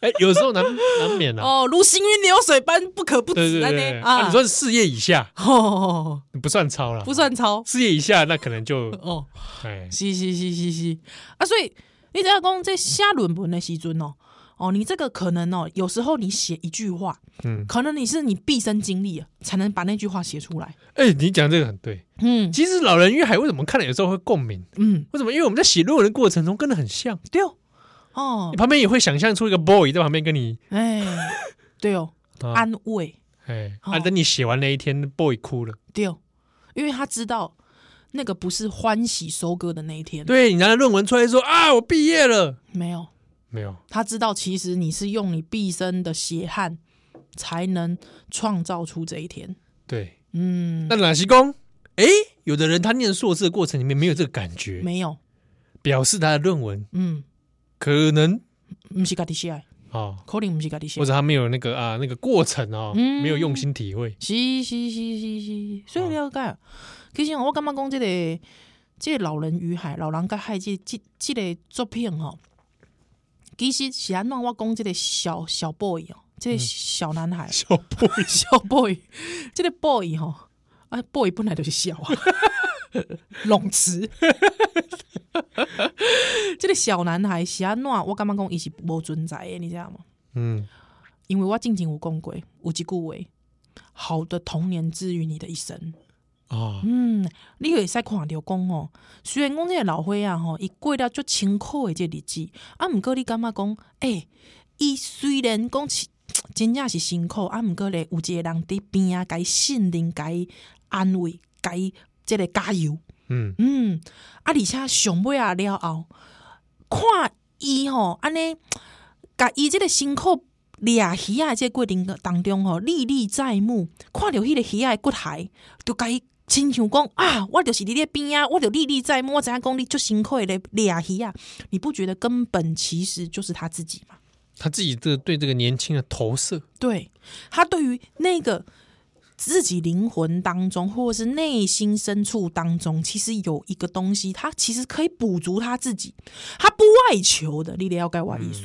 Speaker 1: 哎，有时候难难免啊。
Speaker 2: 哦，如行云流水般不可不
Speaker 1: 对对
Speaker 2: 止
Speaker 1: 对
Speaker 2: 安尼
Speaker 1: 对，啊，你说是四页以下
Speaker 2: 哦，
Speaker 1: 不算超了，
Speaker 2: 不算超
Speaker 1: 四页以下，那可能 就
Speaker 2: 哦。
Speaker 1: 哎，
Speaker 2: 是是是是是啊，所以你只要讲在写论文的时阵哦，哦，你这个可能哦，有时候你写一句话，
Speaker 1: 嗯
Speaker 2: 可能你是你毕生经历啊，才能把那句话写出来。
Speaker 1: 哎，你讲这个很对。
Speaker 2: 嗯
Speaker 1: 其实《老人与海》为什么看了有时候会共鸣？
Speaker 2: 嗯，
Speaker 1: 为什么？因为我们在写论文的过程中跟的很像，
Speaker 2: 对哦，哦
Speaker 1: 你，旁边也会想象出一个 boy 在旁边跟你
Speaker 2: 哎，对哦，
Speaker 1: 啊，
Speaker 2: 安慰
Speaker 1: 哎，
Speaker 2: 哦
Speaker 1: 啊，等你写完那一天，boy 哭了。
Speaker 2: 对哦，因为他知道那个不是欢喜收割的那一天，
Speaker 1: 对，你拿着论文出来说啊，我毕业了，
Speaker 2: 没有，
Speaker 1: 没有？
Speaker 2: 他知道其实你是用你毕生的血汗才能创造出这一天。
Speaker 1: 对，
Speaker 2: 嗯，
Speaker 1: 那哪西工？哎，有的人他念硕士的过程里面没有这个感觉，
Speaker 2: 没有，
Speaker 1: 表示他的论文
Speaker 2: 嗯，
Speaker 1: 可能
Speaker 2: 不是家己写的。
Speaker 1: 啊，
Speaker 2: 可能不是家己写
Speaker 1: 或，者他没有那个啊那个过程啊，
Speaker 2: 嗯
Speaker 1: 没有用心体会。
Speaker 2: 是是是是是，所以了解。其实我感觉讲这个，这个老人与海，老人甲海这这这个作品吼，其实是安怎我讲这个小小 boy 哦，这个小男孩，
Speaker 1: 嗯小 boy，
Speaker 2: 小 boy，这个 boy 吼，啊 boy 本来就是小啊，拢词。 这个小男孩是安怎我感觉讲伊是无存在的，你知道吗？
Speaker 1: 嗯，
Speaker 2: 因为我进前有讲过，有一句话，好的童年治愈你的一生。
Speaker 1: 啊，
Speaker 2: 嗯，你会使看着讲哦，虽然讲这个老伙仔吼，伊过了足清苦的这个日子，啊，毋过你感觉讲，诶、伊虽然讲是真正是辛苦，啊，毋过咧有一个人伫边啊，甲伊信任，甲伊安慰，甲伊即个加油。
Speaker 1: 嗯，
Speaker 2: 嗯，啊，而且上尾啊了后，看伊吼安尼，甲伊即个辛苦掠鱼啊，即个过程当中吼，历历在目，看着迄个鱼仔的骨骸，就甲伊亲像讲啊，我就是你咧边啊，我就历历在目，我知影讲你足辛苦咧掠鱼啊，你不觉得根本其实就是他自己吗？
Speaker 1: 他自己这对这个年轻的投射，
Speaker 2: 对他对于那个自己灵魂当中，或者是内心深处当中，其实有一个东西，他其实可以补足他自己，他不外求的。你了解我意思？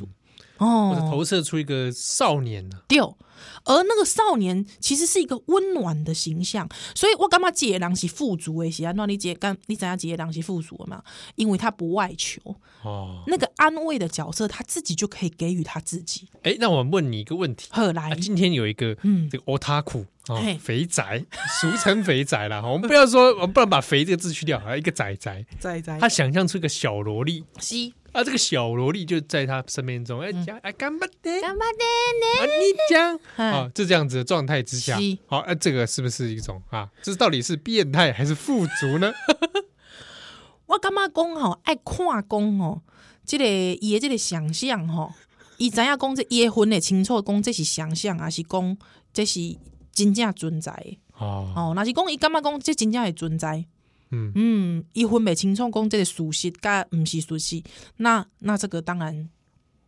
Speaker 1: 或者
Speaker 2: 哦，
Speaker 1: 投射出一个少年呢、
Speaker 2: 六，而那个少年其实是一个温暖的形象，所以我感觉这个人是富足的，是安怎你这干你怎样这个人是富足的嘛？因为他不外求，
Speaker 1: 哦，
Speaker 2: 那个安慰的角色他自己就可以给予他自己。
Speaker 1: 哎，那我问你一个问题。
Speaker 2: 后来
Speaker 1: 啊，，今天有一个
Speaker 2: 嗯
Speaker 1: 这个 otaku 哦
Speaker 2: 嘿，
Speaker 1: 肥宅， 俗称肥宅啦。哦我们不要说，我们不能把“肥”这个字去掉，啊还有一个仔仔，
Speaker 2: 在在
Speaker 1: 他想象出一个小萝莉
Speaker 2: 西
Speaker 1: 啊，这个小萝莉就在他身边中，哎，讲哎，干巴爹，
Speaker 2: 干
Speaker 1: 啊，
Speaker 2: 巴的
Speaker 1: 你讲
Speaker 2: 嗯
Speaker 1: 啊，就这样子的状态之下
Speaker 2: 是，
Speaker 1: 好，哎，这个是不是一种啊？这到底是变态还是富足呢？
Speaker 2: 呢，我感觉讲吼爱看讲吼，这个伊的这个想象吼，伊知影讲这伊的分的清楚，讲这是想象，还是讲这是真正存在的？
Speaker 1: 哦，
Speaker 2: 哦，若是讲伊感觉讲这真正会存在，
Speaker 1: 嗯
Speaker 2: 嗯，伊分袂清楚讲这个属实甲毋是属实，那那这个当然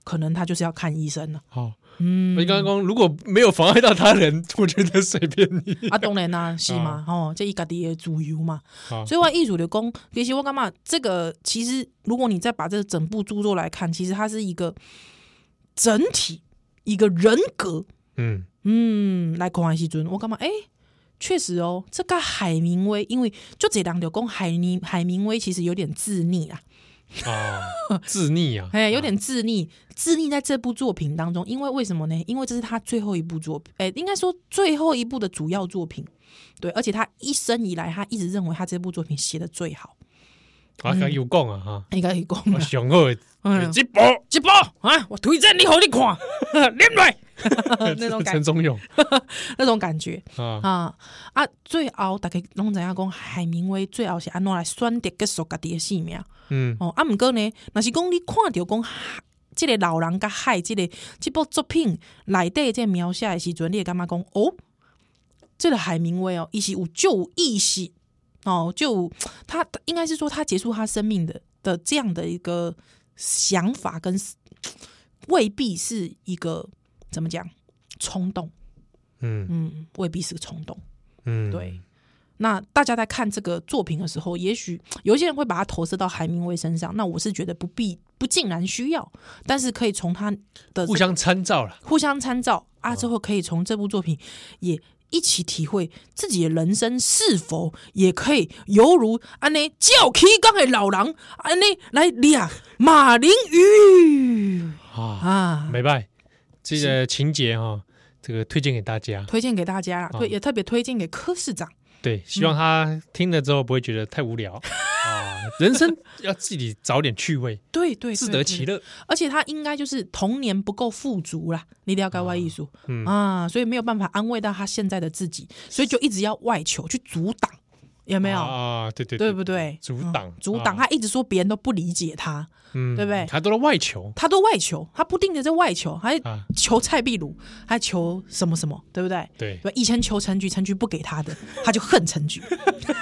Speaker 2: 可能他就是要看医生了。
Speaker 1: 好，
Speaker 2: 嗯
Speaker 1: 我，刚刚讲如果没有妨碍到他人，我觉得随便你。
Speaker 2: 啊，当然啦、是嘛，哦，这伊家己的自由嘛，
Speaker 1: 好
Speaker 2: 所以我艺术的工，其实我感觉这个其实如果你再把这整部著作来看，其实它是一个整体，一个人格，
Speaker 1: 嗯，
Speaker 2: 嗯，来看的时阵，我感觉诶，确实哦，这个海明威，因为就这人就讲海明海明威其实有点自溺啊，
Speaker 1: 啊，自溺 啊，
Speaker 2: 哎，有点自溺，自溺在这部作品当中，因为为什么呢？因为这是他最后一部作品，哎，应该说最后一部的主要作品，对，而且他一生以来，他一直认为他这部作品写的最好，嗯
Speaker 1: 啊，刚有讲啊哈。
Speaker 2: 应该可以讲
Speaker 1: 我
Speaker 2: 了，
Speaker 1: 上好的
Speaker 2: 嗯，
Speaker 1: 直播
Speaker 2: 一部啊，我推荐你好你看，
Speaker 3: 念来，
Speaker 2: 那 种
Speaker 1: 陈
Speaker 2: 感
Speaker 1: 忠勇
Speaker 2: 那种感觉，
Speaker 1: 啊，
Speaker 2: 啊啊！最后大家拢知影讲海明威最后是安怎来选择结束家己的性命
Speaker 1: 嗯，
Speaker 2: 哦。啊，毋过呢，若是讲你看着讲即个老人甲海即、个即部作品内底即个描写的时阵，你会感觉讲哦，即、个海明威哦，伊是有就有意识哦，就有他应该是说他结束他生命的的这样的一个想法跟未必是一个怎么讲冲动，
Speaker 1: 嗯
Speaker 2: 嗯，未必是个冲动。
Speaker 1: 嗯，
Speaker 2: 对，那大家在看这个作品的时候，也许有些人会把它投射到海明威身上，那我是觉得不必不尽然需要，但是可以从他的
Speaker 1: 互相参照了。
Speaker 2: 互相参照啊，之后可以从这部作品也一起体会自己的人生是否也可以犹如安尼叫起刚的老狼安尼来俩马林鱼
Speaker 1: 啊，
Speaker 2: 啊。
Speaker 1: 没办，这个情节哈，这个推荐给大家。
Speaker 2: 推荐给大家啦，
Speaker 1: 啊
Speaker 2: 对，也特别推荐给柯市长。
Speaker 1: 对，希望他听了之后不会觉得太无聊啊。人生要自己找点趣 味，
Speaker 2: 对对，
Speaker 1: 自
Speaker 2: 对
Speaker 1: 得
Speaker 2: 对
Speaker 1: 其乐。
Speaker 2: 而且他应该就是童年不够富足啦，你了解我艺术、
Speaker 1: 嗯
Speaker 2: 啊，所以没有办法安慰到他现在的自己，所以就一直要外求去阻挡，有没有？
Speaker 1: 啊？对对
Speaker 2: 对不对？
Speaker 1: 阻
Speaker 2: 嗯
Speaker 1: 挡
Speaker 2: 阻挡，哎
Speaker 1: 啊
Speaker 2: 他一直说别人都不理解他，
Speaker 1: 嗯
Speaker 2: 对不对
Speaker 1: 他都在外求
Speaker 2: 他都外求，他不定的在外求，还
Speaker 1: 啊。
Speaker 2: 求蔡壁如，还求什么什么，对不对？
Speaker 1: 对，
Speaker 2: 对，以前求陈菊，陈菊不给他的， 他就恨陈菊，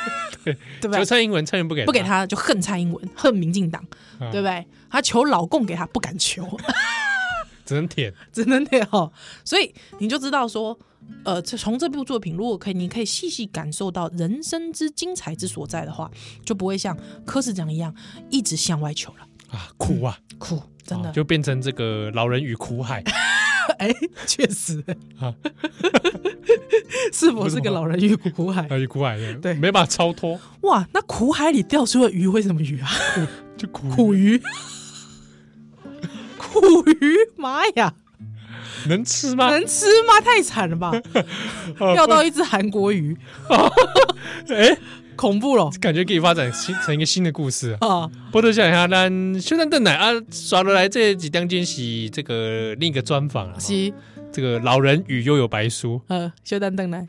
Speaker 2: 对不
Speaker 1: 求
Speaker 2: 对？
Speaker 1: 蔡英文，蔡英文不给
Speaker 2: 不给，他就恨蔡英文，恨民进党，
Speaker 1: 啊
Speaker 2: 对不对？他求老共给他，不敢求。
Speaker 1: 只能舔。
Speaker 2: 真的那哦，所以你就知道说，呃，这从这部作品，如果可以，你可以细细感受到人生之精彩之所在的话，就不会像柯市长一样一直向外求了，
Speaker 1: 啊，苦啊，
Speaker 2: 苦，嗯真的
Speaker 1: 啊，就变成这个老人与苦海
Speaker 2: 哎、确实
Speaker 1: 啊，
Speaker 2: 是否是个老人鱼苦海？
Speaker 1: 啊，与苦海的，
Speaker 2: 对
Speaker 1: 没办法超脱，
Speaker 2: 哇，那苦海里钓出的鱼会什么鱼啊？
Speaker 1: 就苦
Speaker 2: 苦鱼，苦鱼，妈呀，
Speaker 1: 能吃吗？
Speaker 2: 能吃吗？太惨了吧！
Speaker 1: 啊
Speaker 2: 钓到一只韩国鱼，
Speaker 1: 哦 哎，
Speaker 2: 恐怖了
Speaker 1: 感觉可以发展新成一个新的故 事啊。
Speaker 2: 啊！
Speaker 1: 波多笑一下，咱小蛋邓奶啊，刷落来这几当间是这个另一个专访啊，
Speaker 2: 是
Speaker 1: 这个老人与悠悠白书，
Speaker 2: 呃，小蛋蛋来。